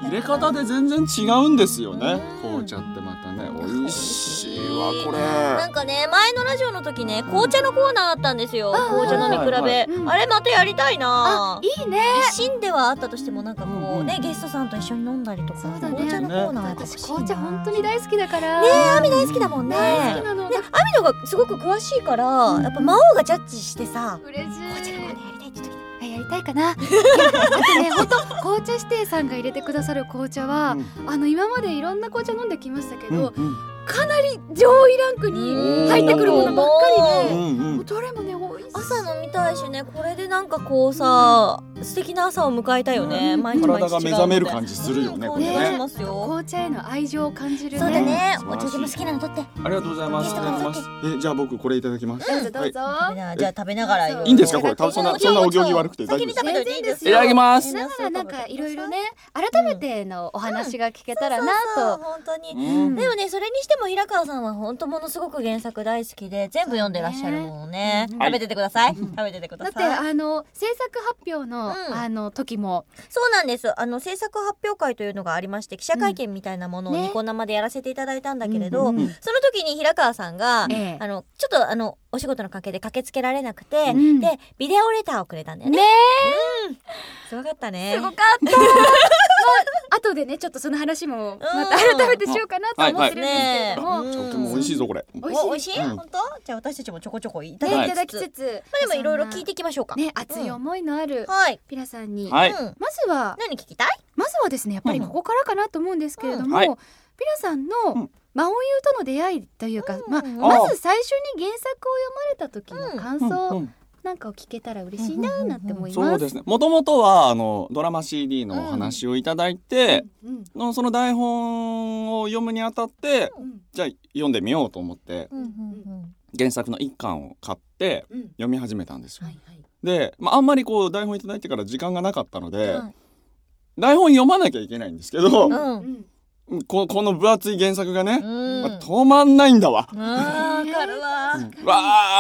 [SPEAKER 8] 入れ方で全然違うんですよね。紅茶ってまたね、美味しいわこれ。
[SPEAKER 1] なんかね前のラジオの時ね紅茶のコーナーあったんですよ紅茶飲み比べ、
[SPEAKER 8] はいはい
[SPEAKER 2] うん
[SPEAKER 1] あれまたやりたいなぁ
[SPEAKER 2] いいね
[SPEAKER 1] 一心ではあったとしてもなんかこう
[SPEAKER 8] うんうん
[SPEAKER 1] ねゲストさんと一緒に飲んだりとか
[SPEAKER 2] そうだね
[SPEAKER 1] 紅茶のコーナー
[SPEAKER 2] 私紅茶本当に大好きだから
[SPEAKER 1] ねえアミ大好きだもんね
[SPEAKER 2] 大好きなの
[SPEAKER 1] ねアミのがすごく詳しいから、やっぱ魔王がジャッジしてさ
[SPEAKER 2] 嬉しい
[SPEAKER 1] 紅茶のコーナーやりたいって時に
[SPEAKER 2] あやりたいかないやだってね本当紅茶指定さんが入れてくださる紅茶は、
[SPEAKER 8] う
[SPEAKER 2] あの今までいろんな紅茶飲んできましたけ
[SPEAKER 8] うんう
[SPEAKER 2] ど、
[SPEAKER 8] ん
[SPEAKER 2] かなり上位ランクに入ってくるものばっかりで、
[SPEAKER 8] う
[SPEAKER 2] も
[SPEAKER 8] んうん
[SPEAKER 2] う。どれもね美味しい
[SPEAKER 1] 朝飲みたいしねこれでなんかこうさ、素敵な朝を迎えたよね、毎日毎日
[SPEAKER 8] 体が目覚める感じするよね
[SPEAKER 1] うん
[SPEAKER 8] こ
[SPEAKER 1] 感
[SPEAKER 8] れ
[SPEAKER 1] じ
[SPEAKER 8] ね
[SPEAKER 1] がしますよ、
[SPEAKER 2] 紅茶への愛情を感じるね
[SPEAKER 1] そうだね
[SPEAKER 8] 素晴
[SPEAKER 1] お
[SPEAKER 8] らし
[SPEAKER 1] 茶
[SPEAKER 8] い
[SPEAKER 1] でも好きなの取って
[SPEAKER 8] ありがとうございます。
[SPEAKER 1] ゲ
[SPEAKER 8] い
[SPEAKER 1] スト
[SPEAKER 8] た
[SPEAKER 1] からだ
[SPEAKER 8] だきま
[SPEAKER 1] け
[SPEAKER 8] す。え、じゃあ僕これいただきます。
[SPEAKER 2] どうぞどうぞ、
[SPEAKER 1] 食べなじゃあ食べながら
[SPEAKER 2] そう
[SPEAKER 8] いいんですか
[SPEAKER 1] う
[SPEAKER 8] これ多分そんなそんなお行儀悪くて大
[SPEAKER 1] 先
[SPEAKER 8] 丈夫
[SPEAKER 1] に食べ
[SPEAKER 8] です
[SPEAKER 1] といていいです
[SPEAKER 8] いただきます
[SPEAKER 2] だからなんかいろいろね改めてのお話が聞けたらな
[SPEAKER 1] そうそう
[SPEAKER 2] と、
[SPEAKER 1] 本当に、
[SPEAKER 8] うん
[SPEAKER 1] でもねそれにしても平川さんは本当ものすごく原作大好きで全部読んでらっしゃるものね
[SPEAKER 8] はい
[SPEAKER 1] 食べててください、食べててく
[SPEAKER 2] だ
[SPEAKER 1] だ
[SPEAKER 2] って
[SPEAKER 1] さい
[SPEAKER 2] あの制作発表の、
[SPEAKER 1] うん
[SPEAKER 2] あの時も
[SPEAKER 1] そうなんですあの制作発表会というのがありまして記者会見みたいなものを
[SPEAKER 2] うんね
[SPEAKER 1] ニコ生でやらせていただいたんだけれど、
[SPEAKER 2] うんうん
[SPEAKER 1] その時に平川さんが、
[SPEAKER 2] ええ
[SPEAKER 1] あのちょっとあのお仕事の関係で駆けつけられなくて、
[SPEAKER 2] うん
[SPEAKER 1] でビデオレターをくれたんだよね
[SPEAKER 2] ね
[SPEAKER 1] すごかったね
[SPEAKER 3] すごかっ
[SPEAKER 2] 後でねちょっとその話も
[SPEAKER 1] う
[SPEAKER 2] ま
[SPEAKER 1] ん
[SPEAKER 2] た改めてしようかなと思ってるんですけれども、
[SPEAKER 1] ねえ
[SPEAKER 8] とても美味しいぞこれ。
[SPEAKER 2] 美味しい
[SPEAKER 1] お美味しい、
[SPEAKER 8] うん
[SPEAKER 1] 本当じゃあ私たちもちょこちょこいた
[SPEAKER 2] ね
[SPEAKER 1] だ
[SPEAKER 8] はい
[SPEAKER 1] き
[SPEAKER 2] た
[SPEAKER 1] つつ、
[SPEAKER 2] だきつつ、
[SPEAKER 1] まあでもいろいろ聞いていきましょうか
[SPEAKER 2] ね熱い思いのある
[SPEAKER 1] はい、
[SPEAKER 2] ピラさんに、
[SPEAKER 8] はい。
[SPEAKER 1] うん、
[SPEAKER 2] まずは
[SPEAKER 1] 何聞きたい
[SPEAKER 2] まずはですねやっぱりここからかなと思うんですけれども、
[SPEAKER 8] うんはい
[SPEAKER 2] ピラさんの、
[SPEAKER 8] うん
[SPEAKER 2] 魔王優との出会いというか、まあ、
[SPEAKER 1] うん
[SPEAKER 2] まず最初に原作を読まれた時の感
[SPEAKER 8] うんう
[SPEAKER 2] 想
[SPEAKER 8] ん
[SPEAKER 2] なんかを聞けたら嬉しいなーなんて思います。
[SPEAKER 8] そうですね。もともとはあのドラマ CD のお話をいただいて、
[SPEAKER 2] うん
[SPEAKER 8] のその台本を読むにあたって、
[SPEAKER 2] うん
[SPEAKER 8] じゃあ読んでみようと思って
[SPEAKER 1] うんうん
[SPEAKER 2] ん
[SPEAKER 8] 原作の一巻を買って
[SPEAKER 2] うん
[SPEAKER 8] 読み始めたんですよ。
[SPEAKER 2] はいはい
[SPEAKER 8] で、まああんまりこう台本いただいてから時間がなかったので、
[SPEAKER 1] はい
[SPEAKER 8] 台本読まなきゃいけないんですけど、
[SPEAKER 1] う
[SPEAKER 2] うんん
[SPEAKER 8] ここの分厚い原作がね、
[SPEAKER 1] うん
[SPEAKER 8] まあ止まんないんだわ。
[SPEAKER 1] あーわかるわ
[SPEAKER 8] わーっ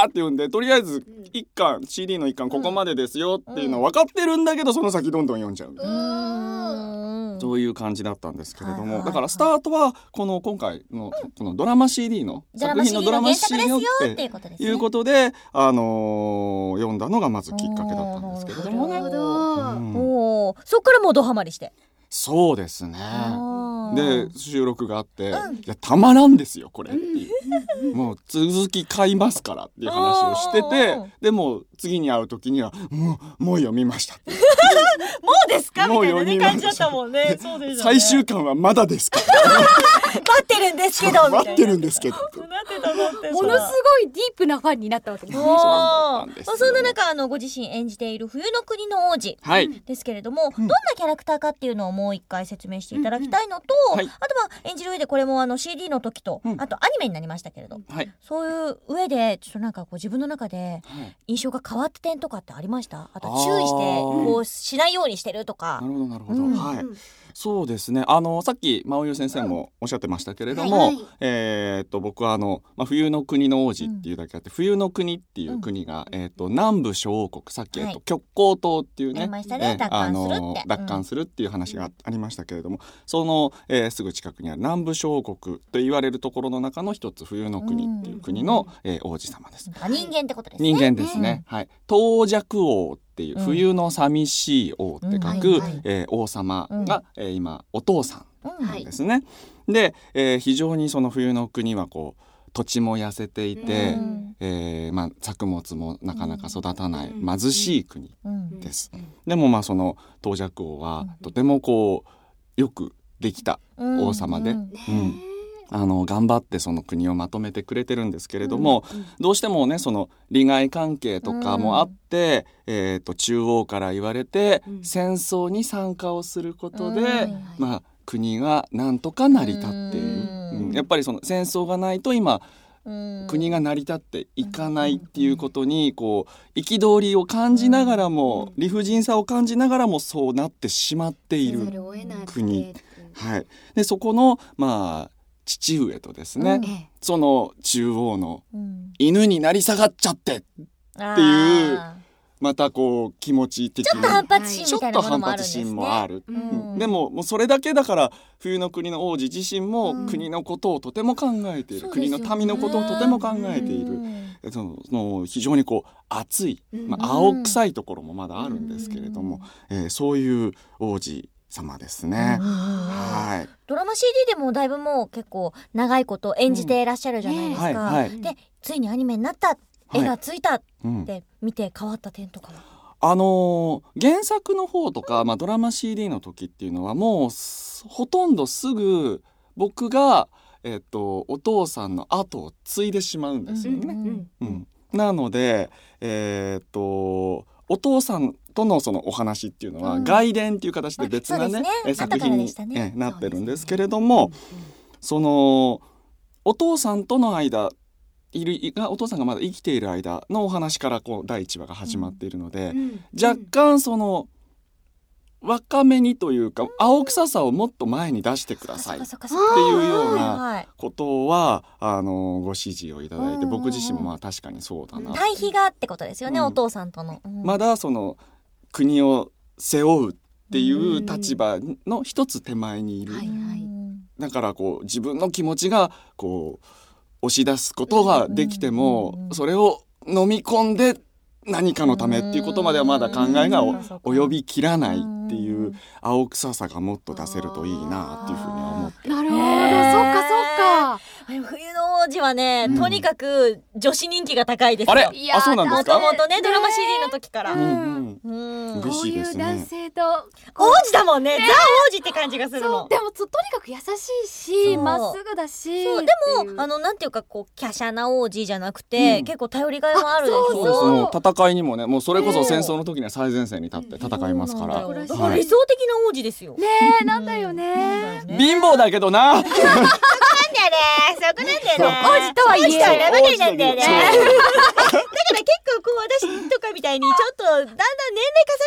[SPEAKER 8] て読んでとりあえず一巻 CD の一巻ここまでですよっていうのは分かってるんだけどその先どんどん読んじゃう、
[SPEAKER 1] うん
[SPEAKER 8] そういう感じだったんですけれど
[SPEAKER 1] はいはいは
[SPEAKER 8] も
[SPEAKER 1] い
[SPEAKER 8] だからスタートはこの今回のこのドラマ CD の
[SPEAKER 1] ドラ
[SPEAKER 8] 作
[SPEAKER 1] マ
[SPEAKER 8] 品
[SPEAKER 1] CD
[SPEAKER 8] のドラ
[SPEAKER 1] の
[SPEAKER 8] マ
[SPEAKER 1] 原作です
[SPEAKER 8] CD
[SPEAKER 1] よ
[SPEAKER 8] をっ
[SPEAKER 1] ってい
[SPEAKER 8] て
[SPEAKER 1] うことですね
[SPEAKER 8] いうことであのー読んだのがまずきっかけだったんですけれども
[SPEAKER 2] なるほ
[SPEAKER 8] ね。
[SPEAKER 2] ど、
[SPEAKER 8] うん
[SPEAKER 1] おおそっからもうドハマりして
[SPEAKER 8] そうですね
[SPEAKER 1] あー
[SPEAKER 8] で収録があって、いやたまらんですよこれっていう、もう続き買いますからっていう話をしてて
[SPEAKER 1] うん
[SPEAKER 8] でもう次に会う時にはもうもう読みましたって
[SPEAKER 1] もうですかみ
[SPEAKER 8] もう
[SPEAKER 1] たいな
[SPEAKER 8] 読
[SPEAKER 1] ね
[SPEAKER 8] みま
[SPEAKER 1] 感
[SPEAKER 8] し
[SPEAKER 1] じ
[SPEAKER 8] た
[SPEAKER 1] だったもんねそうですよね
[SPEAKER 8] 最終巻はまだですから
[SPEAKER 1] 待ってるんですけどみたいな
[SPEAKER 8] 待ってるんですけどって
[SPEAKER 1] なってたなってた
[SPEAKER 2] ものすごいディープなファンになったわけです
[SPEAKER 1] お
[SPEAKER 2] ね。
[SPEAKER 1] ー
[SPEAKER 8] そうなんですよ
[SPEAKER 1] そんな中あのご自身演じている冬の国の王子
[SPEAKER 8] はい、
[SPEAKER 1] ですけれども、どんなキャラクターかっていうのをもう一回説明していただきたいのと、
[SPEAKER 8] うんうんはい
[SPEAKER 1] あとは演じる上でこれもあの CD の時と、
[SPEAKER 8] うん
[SPEAKER 1] あとアニメになりましたけれど、
[SPEAKER 8] はい
[SPEAKER 1] そういう上でちょっとなんかこう自分の中で
[SPEAKER 8] はい
[SPEAKER 1] 印象が変わった点とかってありましたあと
[SPEAKER 8] あー
[SPEAKER 1] 注意してこうしないようにしてるとか
[SPEAKER 8] なるほどなるほど、
[SPEAKER 1] うん
[SPEAKER 8] はいそうですねあのさっき真央優先生もおっしゃってましたけれども、
[SPEAKER 2] はいはい
[SPEAKER 8] えーっと僕はあの、まあ、冬の国の王子っていうだけあって、冬の国っていう国が、えーっと南部諸王国さっき、
[SPEAKER 1] はい
[SPEAKER 8] えっと極光島っていう
[SPEAKER 1] あり
[SPEAKER 8] ね
[SPEAKER 1] ましたね
[SPEAKER 8] えー
[SPEAKER 1] 奪還するって
[SPEAKER 8] あの
[SPEAKER 1] うん
[SPEAKER 8] 奪還するっていう話があありましたけれども、その、えーすぐ近くにある南部諸王国と言われるところの中の一つ冬の国っていう国の、えー王子様です。
[SPEAKER 1] あ人間ってことですね
[SPEAKER 8] 人間ですね。はい。東尺王っていう
[SPEAKER 1] うん
[SPEAKER 8] 冬の寂しい王って書
[SPEAKER 1] うんはい
[SPEAKER 8] く
[SPEAKER 1] はい
[SPEAKER 8] えー王様がえー今お父さ
[SPEAKER 1] うん
[SPEAKER 8] んなんですね。で、えー非常にその冬の国はこう土地も痩せていて
[SPEAKER 1] う、ん
[SPEAKER 8] えーまあ作物もなかなか育たない貧しい国
[SPEAKER 1] うん
[SPEAKER 8] です。でもまあその東尺王はとてもこうよくできた王様で、
[SPEAKER 1] うん
[SPEAKER 8] うんあの頑張ってその国をまとめてくれてるんですけれども、どうしてもねその利害関係とかもあって、えー、と中央から言われて、戦争に参加をすることで、まあ、国がなんとか成り立っている、うんやっぱりその戦争がないと今国が成り立っていかないっていうことにこう憤りを感じながらも理不尽さを感じながらもそうなってしまっている。国はい、でそこの、まあ、父上とですね、その中央の犬になり下がっちゃって
[SPEAKER 1] っ
[SPEAKER 8] っていうまたこう気持ち的に
[SPEAKER 1] ちょっと反発心
[SPEAKER 8] ち
[SPEAKER 1] み
[SPEAKER 8] ょった
[SPEAKER 1] い
[SPEAKER 8] と
[SPEAKER 1] なもの
[SPEAKER 8] 反
[SPEAKER 1] もあるんで
[SPEAKER 8] 発
[SPEAKER 1] す
[SPEAKER 8] 心
[SPEAKER 1] ね
[SPEAKER 8] も
[SPEAKER 1] う
[SPEAKER 8] ある。
[SPEAKER 1] ん
[SPEAKER 8] でももうそれだけだから冬の国の王子自身も国のことをとても考えている、
[SPEAKER 1] そうです
[SPEAKER 8] 国
[SPEAKER 1] よね
[SPEAKER 8] の民のことをとても考えている、そのその非常にこう熱い、まあ、青臭いところもまだあるんですけれども、えーそういう王子様ですね。はい
[SPEAKER 1] ドラマ CD でもだいぶもう結構長いこと演じていらっしゃるじゃないですか、
[SPEAKER 8] はいはい
[SPEAKER 1] でついにアニメになった
[SPEAKER 8] い
[SPEAKER 1] 絵がついたっ
[SPEAKER 8] うん
[SPEAKER 1] て見て変わった点とかは、
[SPEAKER 8] あのー原作の方とか、まあ、ドラマ CD の時っていうのはもうすほとんどすぐ僕が、えっとお父さんの後を継いでしまうんですよね。うんなので、えっとお父さんとのそのお話っていうのは、
[SPEAKER 1] うん
[SPEAKER 8] 外伝っていう形で別なね,、
[SPEAKER 1] あそうですね
[SPEAKER 8] え作品
[SPEAKER 1] 後から
[SPEAKER 8] に
[SPEAKER 1] でした、ね
[SPEAKER 8] えなってるんですけれどもそ,、のお父さんとの間いるいがお父さんがまだ生きている間のお話からこう第1話が始まっているので、若干その若めにというか青臭さをもっと前に出してくださいって
[SPEAKER 1] そっかそっか
[SPEAKER 8] いうような
[SPEAKER 1] はいはい
[SPEAKER 8] ことはあのご指示をいただいて
[SPEAKER 1] うん
[SPEAKER 8] 僕自身もまあ確かにそうだな
[SPEAKER 1] 対比がってことですよね、
[SPEAKER 8] うん
[SPEAKER 1] お父さんとの、うん
[SPEAKER 8] まだその国を背負うっていう立場の一つ手前にいる
[SPEAKER 1] うん
[SPEAKER 8] だからこう自分の気持ちがこう押し出すことができてもそれを飲み込んで何かのためっていうことまではまだ考えがお及びきらないっていう青臭さがもっと出せるといいなっていうふうには思って
[SPEAKER 2] なるほど、
[SPEAKER 1] ね
[SPEAKER 2] そっかそっか
[SPEAKER 1] でも冬の王子はね、とにかく女子人気が高いですよ
[SPEAKER 8] あれ
[SPEAKER 2] いやー
[SPEAKER 8] あそうなんです
[SPEAKER 1] もとも
[SPEAKER 8] か
[SPEAKER 1] とねドラマ CD の時から、
[SPEAKER 8] うんうん
[SPEAKER 1] うん
[SPEAKER 8] 嬉
[SPEAKER 2] こう
[SPEAKER 8] しい
[SPEAKER 2] い
[SPEAKER 8] で
[SPEAKER 2] う
[SPEAKER 8] す
[SPEAKER 2] 男
[SPEAKER 8] ね
[SPEAKER 2] 性と
[SPEAKER 1] 王子だもんねザ王子って感じがする
[SPEAKER 2] そう
[SPEAKER 1] の
[SPEAKER 2] でもつとにかく優しいし
[SPEAKER 1] そう
[SPEAKER 2] まっすぐだし
[SPEAKER 1] そう
[SPEAKER 2] でも
[SPEAKER 1] あのなんていうかこう華奢な王子じゃなくて、
[SPEAKER 8] うん
[SPEAKER 1] 結構頼りがいもあるでし
[SPEAKER 2] あ
[SPEAKER 1] ょ
[SPEAKER 8] そううです
[SPEAKER 2] そう
[SPEAKER 8] もう戦いにもねもうそれこそ戦争の時には最前線に立って戦いますか
[SPEAKER 1] そ
[SPEAKER 8] ら、
[SPEAKER 1] うなんだよだから
[SPEAKER 8] は
[SPEAKER 1] 理
[SPEAKER 8] い、
[SPEAKER 1] 想的な王子ですよ。
[SPEAKER 2] ねえなんだよね
[SPEAKER 8] 貧乏だけどな
[SPEAKER 1] だね、そこなんだよね。
[SPEAKER 2] 王子とはいえ
[SPEAKER 1] 王子とは選ばれなんだよね。だ
[SPEAKER 8] そ
[SPEAKER 1] か
[SPEAKER 8] う
[SPEAKER 1] ら結構こう私とかみたいにちょっとだんだん年齢重ね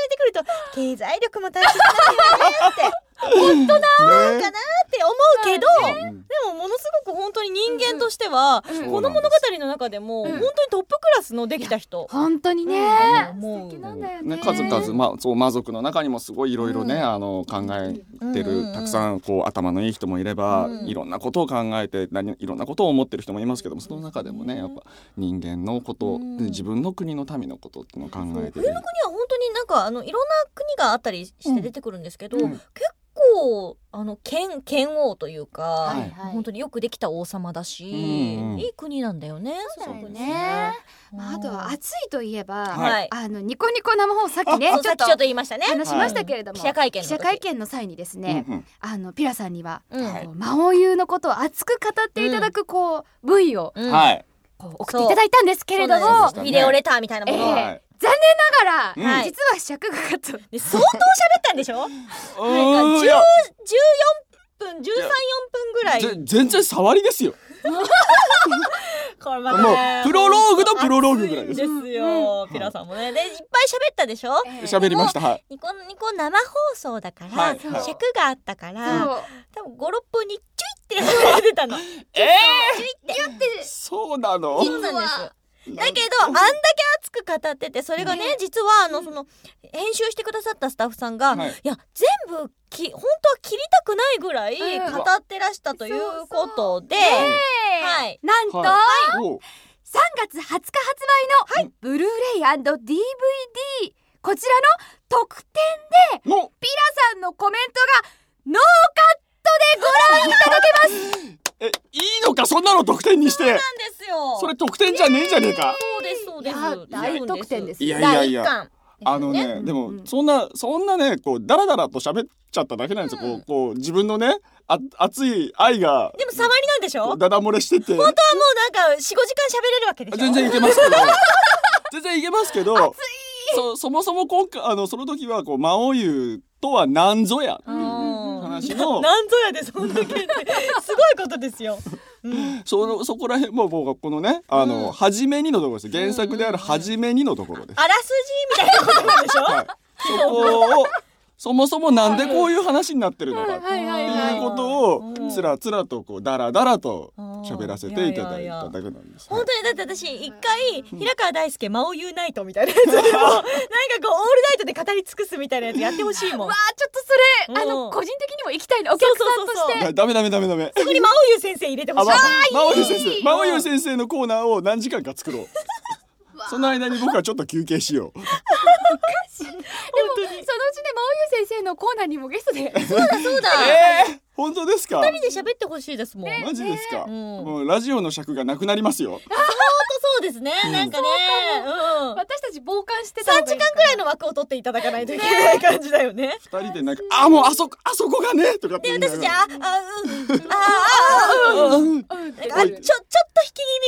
[SPEAKER 1] てくると経済力も大切なんだよねって本当なのかなって思うけど、
[SPEAKER 8] うん
[SPEAKER 1] でもものすごく本当に人間としては、この物語の中でも本当にトップクラスのできた人。
[SPEAKER 2] 本当にね
[SPEAKER 1] もう
[SPEAKER 2] なんだよね
[SPEAKER 8] ね、数々、まあ、そう魔族の中にもすごいいろいろね、あの考えてる、
[SPEAKER 1] うんうんうん
[SPEAKER 8] たくさんこう頭のいい人もいれば、
[SPEAKER 1] うん
[SPEAKER 8] いろんなことを考えて何いろんなことを思ってる人もいますけどもその中でもねやっぱ人間のこと、
[SPEAKER 1] うん
[SPEAKER 8] で自分の国の民のことっていうのを考えてる
[SPEAKER 1] 冬の国は本当になんかあのいろんな国があったりして出てくるんですけど、
[SPEAKER 8] うん
[SPEAKER 1] 結構あの剣剣王というか、
[SPEAKER 8] い
[SPEAKER 1] 本当によくできた王様だし、
[SPEAKER 8] うんうん
[SPEAKER 1] いい国なんだよね。
[SPEAKER 3] そうだよね
[SPEAKER 1] すごくね
[SPEAKER 3] まあ、あとは暑いといえば、
[SPEAKER 1] はい
[SPEAKER 3] あのニコニコ生放送さっきね
[SPEAKER 1] そう
[SPEAKER 3] ち
[SPEAKER 1] さ
[SPEAKER 3] ょ
[SPEAKER 1] っ
[SPEAKER 3] っ
[SPEAKER 1] き
[SPEAKER 3] と
[SPEAKER 1] ちょっと言いましたね。
[SPEAKER 3] 話しましたけれども、
[SPEAKER 1] 記者会見の
[SPEAKER 3] 記
[SPEAKER 1] 時
[SPEAKER 3] 者会見の際にですね、
[SPEAKER 8] うんうん
[SPEAKER 3] あのピラさんには
[SPEAKER 1] うん
[SPEAKER 8] はい
[SPEAKER 3] こう魔王優のことを熱く語っていただくこう部位を
[SPEAKER 1] うん
[SPEAKER 8] はい、
[SPEAKER 3] こう送っていただいたんですけれども、
[SPEAKER 1] そうなん
[SPEAKER 3] な
[SPEAKER 1] ですビデオレターみたいなもの、
[SPEAKER 3] ええ
[SPEAKER 8] はい
[SPEAKER 3] がら、
[SPEAKER 8] うん
[SPEAKER 1] はい
[SPEAKER 3] 実は尺がかと
[SPEAKER 1] で相当喋ったんでしょ
[SPEAKER 8] う
[SPEAKER 1] なん
[SPEAKER 8] ーん
[SPEAKER 1] か
[SPEAKER 8] いや
[SPEAKER 1] 14分13、4分ぐらい。
[SPEAKER 8] ぜ全然触りですよ
[SPEAKER 1] これ
[SPEAKER 8] もうプロローグのプロローグぐらいです
[SPEAKER 1] 熱んですよ、ピラさんもね。で、いっぱい喋ったでしょ
[SPEAKER 8] 喋りましたはい
[SPEAKER 1] ニコニコ生放送だから、
[SPEAKER 8] はい
[SPEAKER 1] 尺
[SPEAKER 8] はい
[SPEAKER 1] があったから、
[SPEAKER 3] そう
[SPEAKER 1] 多分5、6分にチュイってやられて たの。
[SPEAKER 8] え
[SPEAKER 1] チュイって。
[SPEAKER 8] そうなの
[SPEAKER 1] そうなんです。だけどあんだけ熱く語っててそれがね実はあのその編集してくださったスタッフさんが、
[SPEAKER 8] はいい、
[SPEAKER 1] や全部き本当は切りたくないぐらい
[SPEAKER 3] うん
[SPEAKER 1] 語ってらしたということで、はい
[SPEAKER 3] なんと、
[SPEAKER 8] はいおう
[SPEAKER 3] 3月20日発売の、ブルーレイ &DVD こちらの特典で
[SPEAKER 8] の
[SPEAKER 3] ピラさんのコメントがノーカットでご覧いただけます
[SPEAKER 8] えいいのかそんなの得点にして
[SPEAKER 1] なんですよ
[SPEAKER 8] それ得点じゃねえじゃねえか
[SPEAKER 1] そうですそうです
[SPEAKER 3] いや大特典です
[SPEAKER 8] いやいやいや
[SPEAKER 1] 第一巻
[SPEAKER 8] あのね、でもそんなそんなねこうダラダラと喋っちゃっただけなんですよ、こうこう自分のねあ熱い愛が
[SPEAKER 1] でも触りなんでしょ
[SPEAKER 8] こう
[SPEAKER 1] 本
[SPEAKER 8] ダダ漏れしてて
[SPEAKER 1] 当はもうなんか45時間喋れるわけでしょ
[SPEAKER 8] 全然いけますけど 全然いけますけどそそもそも今回あのその時はこう魔王湯とは何ぞや
[SPEAKER 1] うん
[SPEAKER 8] 話の
[SPEAKER 1] なんぞやでそんだけってすごいことですよ。うん
[SPEAKER 8] そのそこら辺もう僕はこのねあの、初めにのところです原作である初めにのところです。
[SPEAKER 1] あらすじみたい なことなんでしょ。
[SPEAKER 8] はい、そこをそもそもなんでこういう話になってるのかって
[SPEAKER 2] はいはい
[SPEAKER 8] いうことをつらつらとこうだらだらと喋らせていただいただけなんです。
[SPEAKER 1] 本当にだって私一回平川大輔魔王ユーナイトみたいなやつでもなんかこうオールナイトで語り尽くすみたいなやつやってほしいもん
[SPEAKER 2] わ。あちょっとそれあの
[SPEAKER 1] うん
[SPEAKER 2] 個人的にも行きたいのお客さんと
[SPEAKER 1] そうそう
[SPEAKER 2] し
[SPEAKER 1] そう
[SPEAKER 2] て
[SPEAKER 8] だダメダメダメダメ。
[SPEAKER 1] そこに魔王ユー先生入れてほ
[SPEAKER 8] あ、
[SPEAKER 1] しい
[SPEAKER 8] ま。、マオユ先生、マオユ先生のコーナーを何時間か作ろう。その間に僕はちょっと休憩しよう。
[SPEAKER 2] でもそのうちね真央優先生のコーナーにもゲス トで
[SPEAKER 1] そうだ。
[SPEAKER 8] えー、本当ですか。
[SPEAKER 1] 二人で喋ってほしいですもん。本
[SPEAKER 8] マジですか。
[SPEAKER 1] うん
[SPEAKER 8] もうラジオの尺がなくなりますよ。
[SPEAKER 1] 当そうですね。なんかね。うん。
[SPEAKER 2] 私たち傍観してた
[SPEAKER 1] 三
[SPEAKER 2] 方が
[SPEAKER 1] 時
[SPEAKER 2] いいか
[SPEAKER 1] 間くらいの枠を取っていただかないといけない感じだよね。
[SPEAKER 8] 二人でなんか、あ、もうあそこ、あそこがね、とかって
[SPEAKER 1] で
[SPEAKER 8] 言い
[SPEAKER 1] 私たち
[SPEAKER 8] ながら。
[SPEAKER 1] ああうんあああうん
[SPEAKER 8] うんうん
[SPEAKER 2] うん
[SPEAKER 1] なんかあちょちょっと引き気味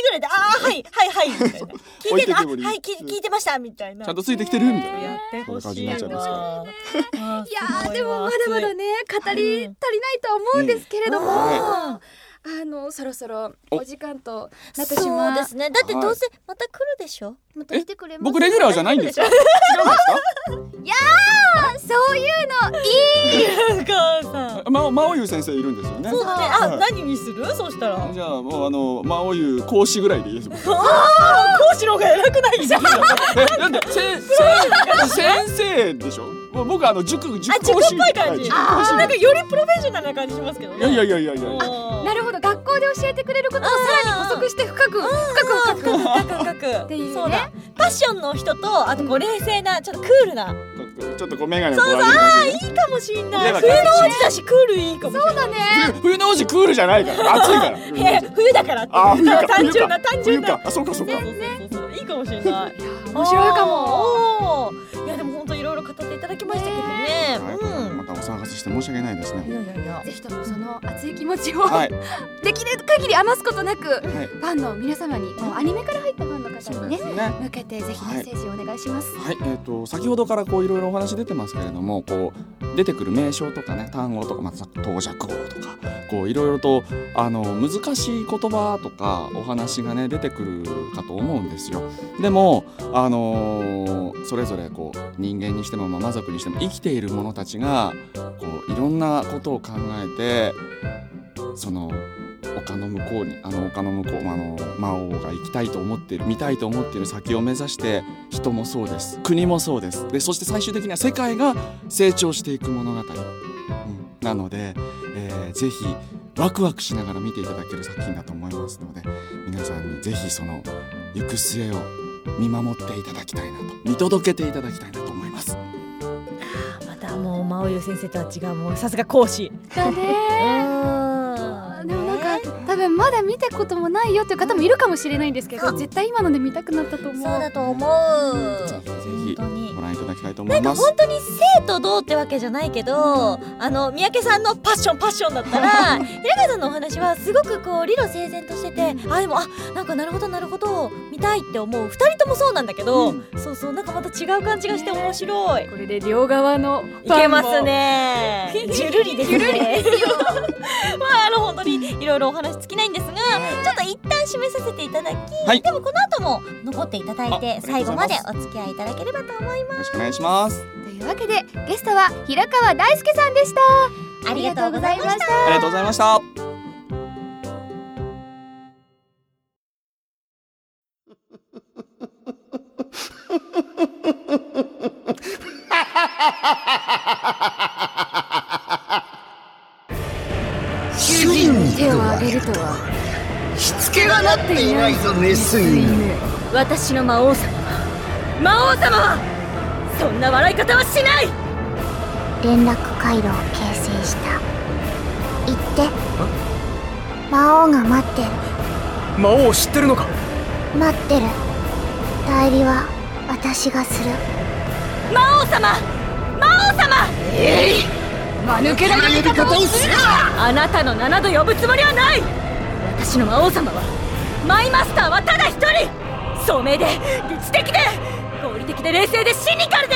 [SPEAKER 1] ぐらいでああはいはいはいみたいな聞いてたあ
[SPEAKER 8] 置いてけぼり
[SPEAKER 1] はいき聞いてましたみたいな
[SPEAKER 8] ちゃんとついてきてるみたい
[SPEAKER 1] や
[SPEAKER 8] な。
[SPEAKER 1] ってほしい
[SPEAKER 8] こんな感じになっちゃ
[SPEAKER 1] い
[SPEAKER 2] いやーでもまだまだね語り足りないとは思うんですけれども、あのそろそろお時間となってし
[SPEAKER 1] そ
[SPEAKER 2] ま
[SPEAKER 1] う
[SPEAKER 2] う
[SPEAKER 1] ですねだってどうせまた来るでしょ
[SPEAKER 2] また来てくれます
[SPEAKER 8] 僕レギュラーじゃないんですか。 違うん
[SPEAKER 2] そういうのいい
[SPEAKER 1] お母さ
[SPEAKER 8] で
[SPEAKER 1] ん
[SPEAKER 8] すか。ま、まおゆ先生いるんですよね。
[SPEAKER 1] そうだねあ
[SPEAKER 8] はい
[SPEAKER 1] 何にするそしたら
[SPEAKER 8] じゃあ、もう、あの、まおゆ講師ぐらいでいいです。僕
[SPEAKER 1] 講師の方が偉くないじゃん
[SPEAKER 8] え、なんで、先生、先生でしょ。もう僕、あの、塾、塾
[SPEAKER 1] あ塾っ
[SPEAKER 8] 講師。
[SPEAKER 1] ぽい感じ
[SPEAKER 8] は
[SPEAKER 1] あなんかよりプロフェッショナルな感じしますけど
[SPEAKER 8] い塾講師いや
[SPEAKER 1] ね
[SPEAKER 8] いやいやいやいや。
[SPEAKER 2] なるほど学校で教えてくれることをさらに補足して深く深く深く
[SPEAKER 1] カクカク
[SPEAKER 2] ていうね
[SPEAKER 1] そうだパッションの人とあとこう冷静なちょっとクールな
[SPEAKER 8] ちょっとこうメガネをこう上げてほし
[SPEAKER 1] いいかもし
[SPEAKER 8] いね
[SPEAKER 1] んない
[SPEAKER 8] レバー
[SPEAKER 1] 冬の王子だしクールいいかもしんない
[SPEAKER 2] だね
[SPEAKER 8] 冬冬の王子クールじゃないから暑いから。
[SPEAKER 1] いや冬だからって
[SPEAKER 8] あー冬か
[SPEAKER 1] 単純な
[SPEAKER 8] 冬か
[SPEAKER 1] 単純な
[SPEAKER 8] 冬かあそうかそうか
[SPEAKER 1] ねねそうそういいかもしれない
[SPEAKER 2] 面白いかも
[SPEAKER 1] もいやでも本当いろいろ語っていただきましたけどね
[SPEAKER 8] はいまたお騒がせして申し訳ないで す
[SPEAKER 1] うんい
[SPEAKER 8] ね。
[SPEAKER 1] やいやいや
[SPEAKER 2] ぜひともその熱い気持ちを、
[SPEAKER 8] はい。
[SPEAKER 2] できる限り余すことなく、フ
[SPEAKER 8] はい
[SPEAKER 2] ァンの皆様にもうアニメから入ったファンの
[SPEAKER 8] そ
[SPEAKER 2] 方
[SPEAKER 8] う
[SPEAKER 2] に
[SPEAKER 8] で
[SPEAKER 2] ね
[SPEAKER 8] すね。
[SPEAKER 2] 向けてぜひメッセージをお願いします、
[SPEAKER 8] はい、えー、と先ほどからこういろいろお話出てますけれどもこう出てくる名称とかね単語とか、まあ、さ到着語とかこういろいろとあの難しい言葉とかお話がね出てくるかと思うんですよ。でも、あのーそれぞれこう人間にしてもまあ魔族にしても生きている者たちがこういろんなことを考えてその丘の向こうにあの丘の向こうあの魔王が行きたいと思っている見たいと思っている先を目指して人もそうです国もそうですでそして最終的には世界が成長していく物語、うん、なので、えーぜひワクワクしながら見ていただける作品だと思いますので皆さんにぜひその行く末を見守っていただきたいなと見届けていただきたいなと思います。
[SPEAKER 1] またもう真央優先生とは違うもうさすが講師
[SPEAKER 2] だねでもなんか多分まだ見たこともないよという方もいるかもしれないんですけど絶対今ので見たくなったと
[SPEAKER 1] そう
[SPEAKER 2] 思う
[SPEAKER 1] だと思う
[SPEAKER 8] ぜ
[SPEAKER 1] 本
[SPEAKER 8] ひぜ
[SPEAKER 1] 当
[SPEAKER 8] ひ
[SPEAKER 1] に
[SPEAKER 8] ご覧いただきたいと思
[SPEAKER 1] ないんか
[SPEAKER 8] ます。
[SPEAKER 1] 本当に生と同ってわけじゃないけどあの三宅さんのパッションパッションだったら 平川さんのお話はすごくこう理路整然としててあでもあなんかなるほどなるほど見たいって思う二人ともそうなんだけど、そうそうなんかまた違う感じがして面白い。
[SPEAKER 2] これで両側のファンも
[SPEAKER 1] いけます ね。じゅるりですね。 まああの本当にいろいろお話尽きないんですが、ちょっと一旦締めさせていただき、
[SPEAKER 8] はい
[SPEAKER 1] でもこの後も残っていただいて
[SPEAKER 8] あ
[SPEAKER 1] 最後までお付き合いいただければと思いま
[SPEAKER 8] よろしくお願いします。
[SPEAKER 2] というわけでゲストは平川大輔さんでした
[SPEAKER 1] す。ありがとうございました。
[SPEAKER 8] ありがとうございました。
[SPEAKER 6] 主人に手を挙げるとはしつけがなっていないぞメス犬
[SPEAKER 4] 私の魔王様は魔王様はそんな笑い方はしない
[SPEAKER 9] 連絡回路を形成した行って魔王が待ってる
[SPEAKER 6] 魔王を知ってるのか
[SPEAKER 9] 待ってる代理は私がする
[SPEAKER 3] 魔王様魔王様
[SPEAKER 6] えい間抜けな呼び方をするな
[SPEAKER 3] あなたの七度呼ぶつもりはない私の魔王様はマイマスターはただ一人聡明で理知的で合理的で冷静でシニカルで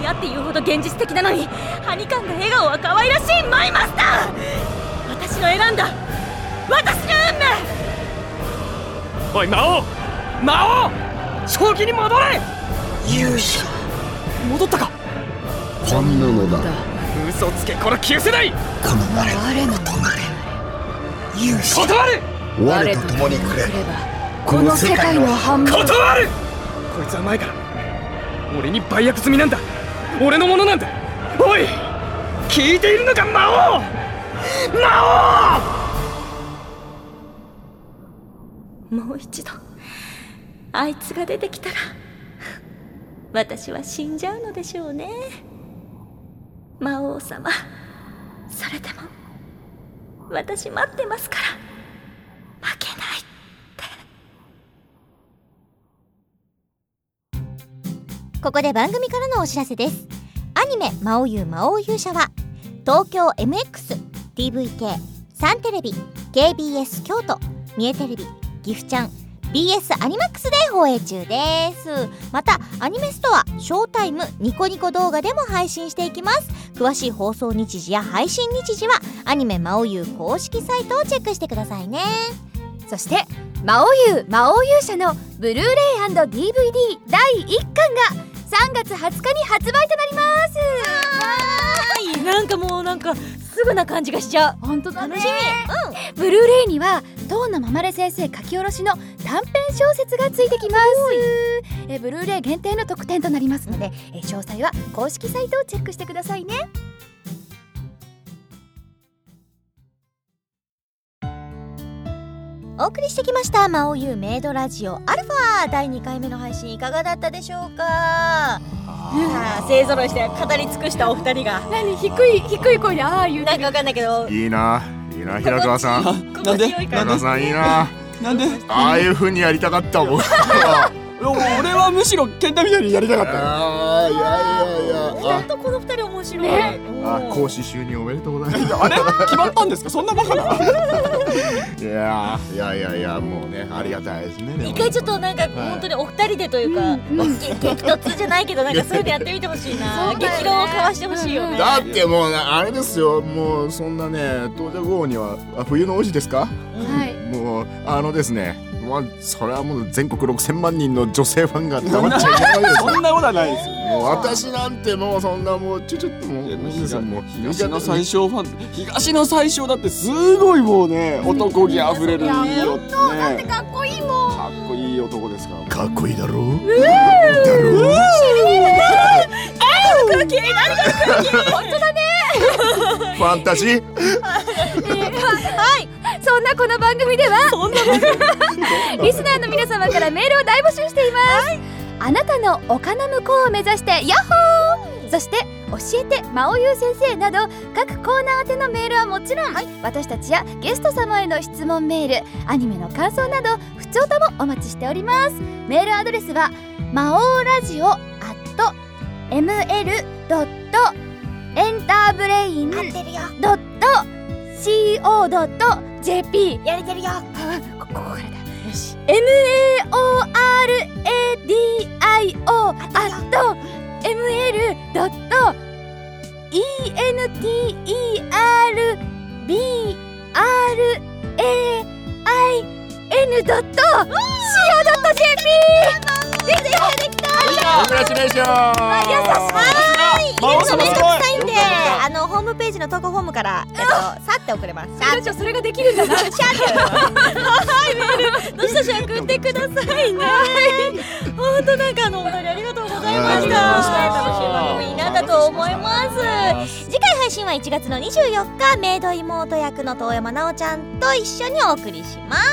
[SPEAKER 3] 嫌っていうほど現実的なのにはにかんだ笑顔は可愛らしいマイマスター私の選んだ私の運命
[SPEAKER 5] おい魔王魔王正気に戻れ
[SPEAKER 6] 勇者
[SPEAKER 5] 戻ったか
[SPEAKER 6] 本物だ
[SPEAKER 5] 嘘つけこの旧世代
[SPEAKER 6] この我の共で勇者
[SPEAKER 5] 断る
[SPEAKER 6] 我と共にくれこの世界の半分
[SPEAKER 5] 断るこいつは前から俺に売約済みなんだ俺のものなんだおい聞いているのか魔王魔王
[SPEAKER 4] もう一度あいつが出てきたら私は死んじゃうのでしょうね魔王様それでも私待ってますから負けない
[SPEAKER 1] ここで番組からのお知らせですアニメ「魔王優魔王勇者」は東京 MXTVK サンテレビ KBS 京都三重テレビギフちゃん BS アニマックスで放映中ですまたアニメストアショータイムニコニコ動画でも配信していきます詳しい放送日時や配信日時はアニメ「魔王優」公式サイトをチェックしてくださいね
[SPEAKER 2] そして「魔王優魔王勇者」のブルーレイ &DVD 第1巻が3月20日に発売となります
[SPEAKER 1] なんかもうなんかすぐな感じがしちゃう
[SPEAKER 2] 本当だね
[SPEAKER 1] 楽し
[SPEAKER 2] み、ブルーレイには遠野ままれ先生書き下ろしの短編小説がついてきますえブルーレイ限定の特典となりますので、え詳細は公式サイトをチェックしてくださいね
[SPEAKER 1] お送りしてきました「魔王優メイドラジオアルファ第2回目の配信いかがだったでしょうかあー勢ぞろいして語り尽くしたお二人が
[SPEAKER 2] 何低い低い声でああ言う
[SPEAKER 1] なんかわかんないけど
[SPEAKER 7] いいないいな平川さん
[SPEAKER 8] あ なん
[SPEAKER 1] 心
[SPEAKER 8] で
[SPEAKER 1] 地よい
[SPEAKER 7] 平川さんいいな
[SPEAKER 8] なんで
[SPEAKER 7] ああいう風にやりたかった僕は
[SPEAKER 8] 俺はむしろケンタみたいにやりたかった
[SPEAKER 7] あーいやいやいやあ
[SPEAKER 1] 本当この二人面白い、
[SPEAKER 7] あー講師就任おめでとうございます
[SPEAKER 8] あれ決まったんですかそんなバ カない
[SPEAKER 7] やーいやいやいやもうねありがたいですねでもね
[SPEAKER 1] 一回ちょっとなんか
[SPEAKER 7] はい
[SPEAKER 1] 本当にお二人でというか、げ激突じゃないけどなんかそういうのやってみてほしいな、
[SPEAKER 2] そうだよね
[SPEAKER 1] 激論を交わしてほしいよね、
[SPEAKER 7] だってもうなあれですよもうそんなね到着号にはあ冬の王子ですか
[SPEAKER 2] はい
[SPEAKER 7] もうあのですねまあそれはもう全国6000万人の女性ファンが黙っちゃいけないわけですよ
[SPEAKER 8] そんなことはないですよ
[SPEAKER 7] もう私なんてもうそんなもうちょちょっともういいんですよもう
[SPEAKER 8] 東の最小ファン東の最小だってすごいもうね男気あふれるよねだってかっこいいもんかっこいい男ですから
[SPEAKER 7] かっこいいだろうだろうファンタジー
[SPEAKER 2] そんなこの番組ではリスナーの皆様からメールを大募集しています、あなたの丘の向こうを目指してヤッホーそして教えて魔王優先生など各コーナー宛てのメールはもちろん、私たちやゲスト様への質問メールアニメの感想など不調ともお待ちしておりますメールアドレスは魔王ラジオ ml.enterbrain
[SPEAKER 1] てるよ
[SPEAKER 2] .co.jp
[SPEAKER 1] やれてるよ
[SPEAKER 2] こここからだ。よし。M A O R A D I O アット M L ドット E N T E R B R A I N ドット C O ドット J P。できたできた。
[SPEAKER 7] コングラチュレーション
[SPEAKER 8] 魔王様すごい
[SPEAKER 1] サインであのホームページの投稿フォームから、えっと、さって送れますさ
[SPEAKER 2] じゃそれができるんだな。
[SPEAKER 1] シャープどしどし送ってくださいね本当なんかあのお二人ありがとうございま
[SPEAKER 7] あり
[SPEAKER 1] し
[SPEAKER 7] がとう
[SPEAKER 1] た
[SPEAKER 7] ございました
[SPEAKER 1] 楽しい番組になったと思います次回配信は1月の24日メイド妹役の遠山奈緒ちゃんと一緒にお送りします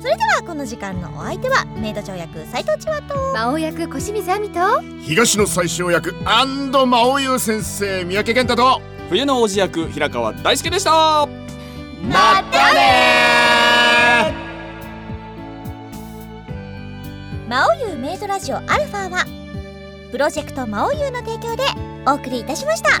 [SPEAKER 1] それではこの時間のお相手はメイド長役斉藤千和と
[SPEAKER 2] 魔王役小清水亜美と。
[SPEAKER 7] 東の最小役アンド魔王優先生三宅健太と
[SPEAKER 8] 冬の王子役平川大輔でした
[SPEAKER 7] またねー
[SPEAKER 1] 魔王優メイドラジオアルファはプロジェクト魔王優の提供でお送りいたしました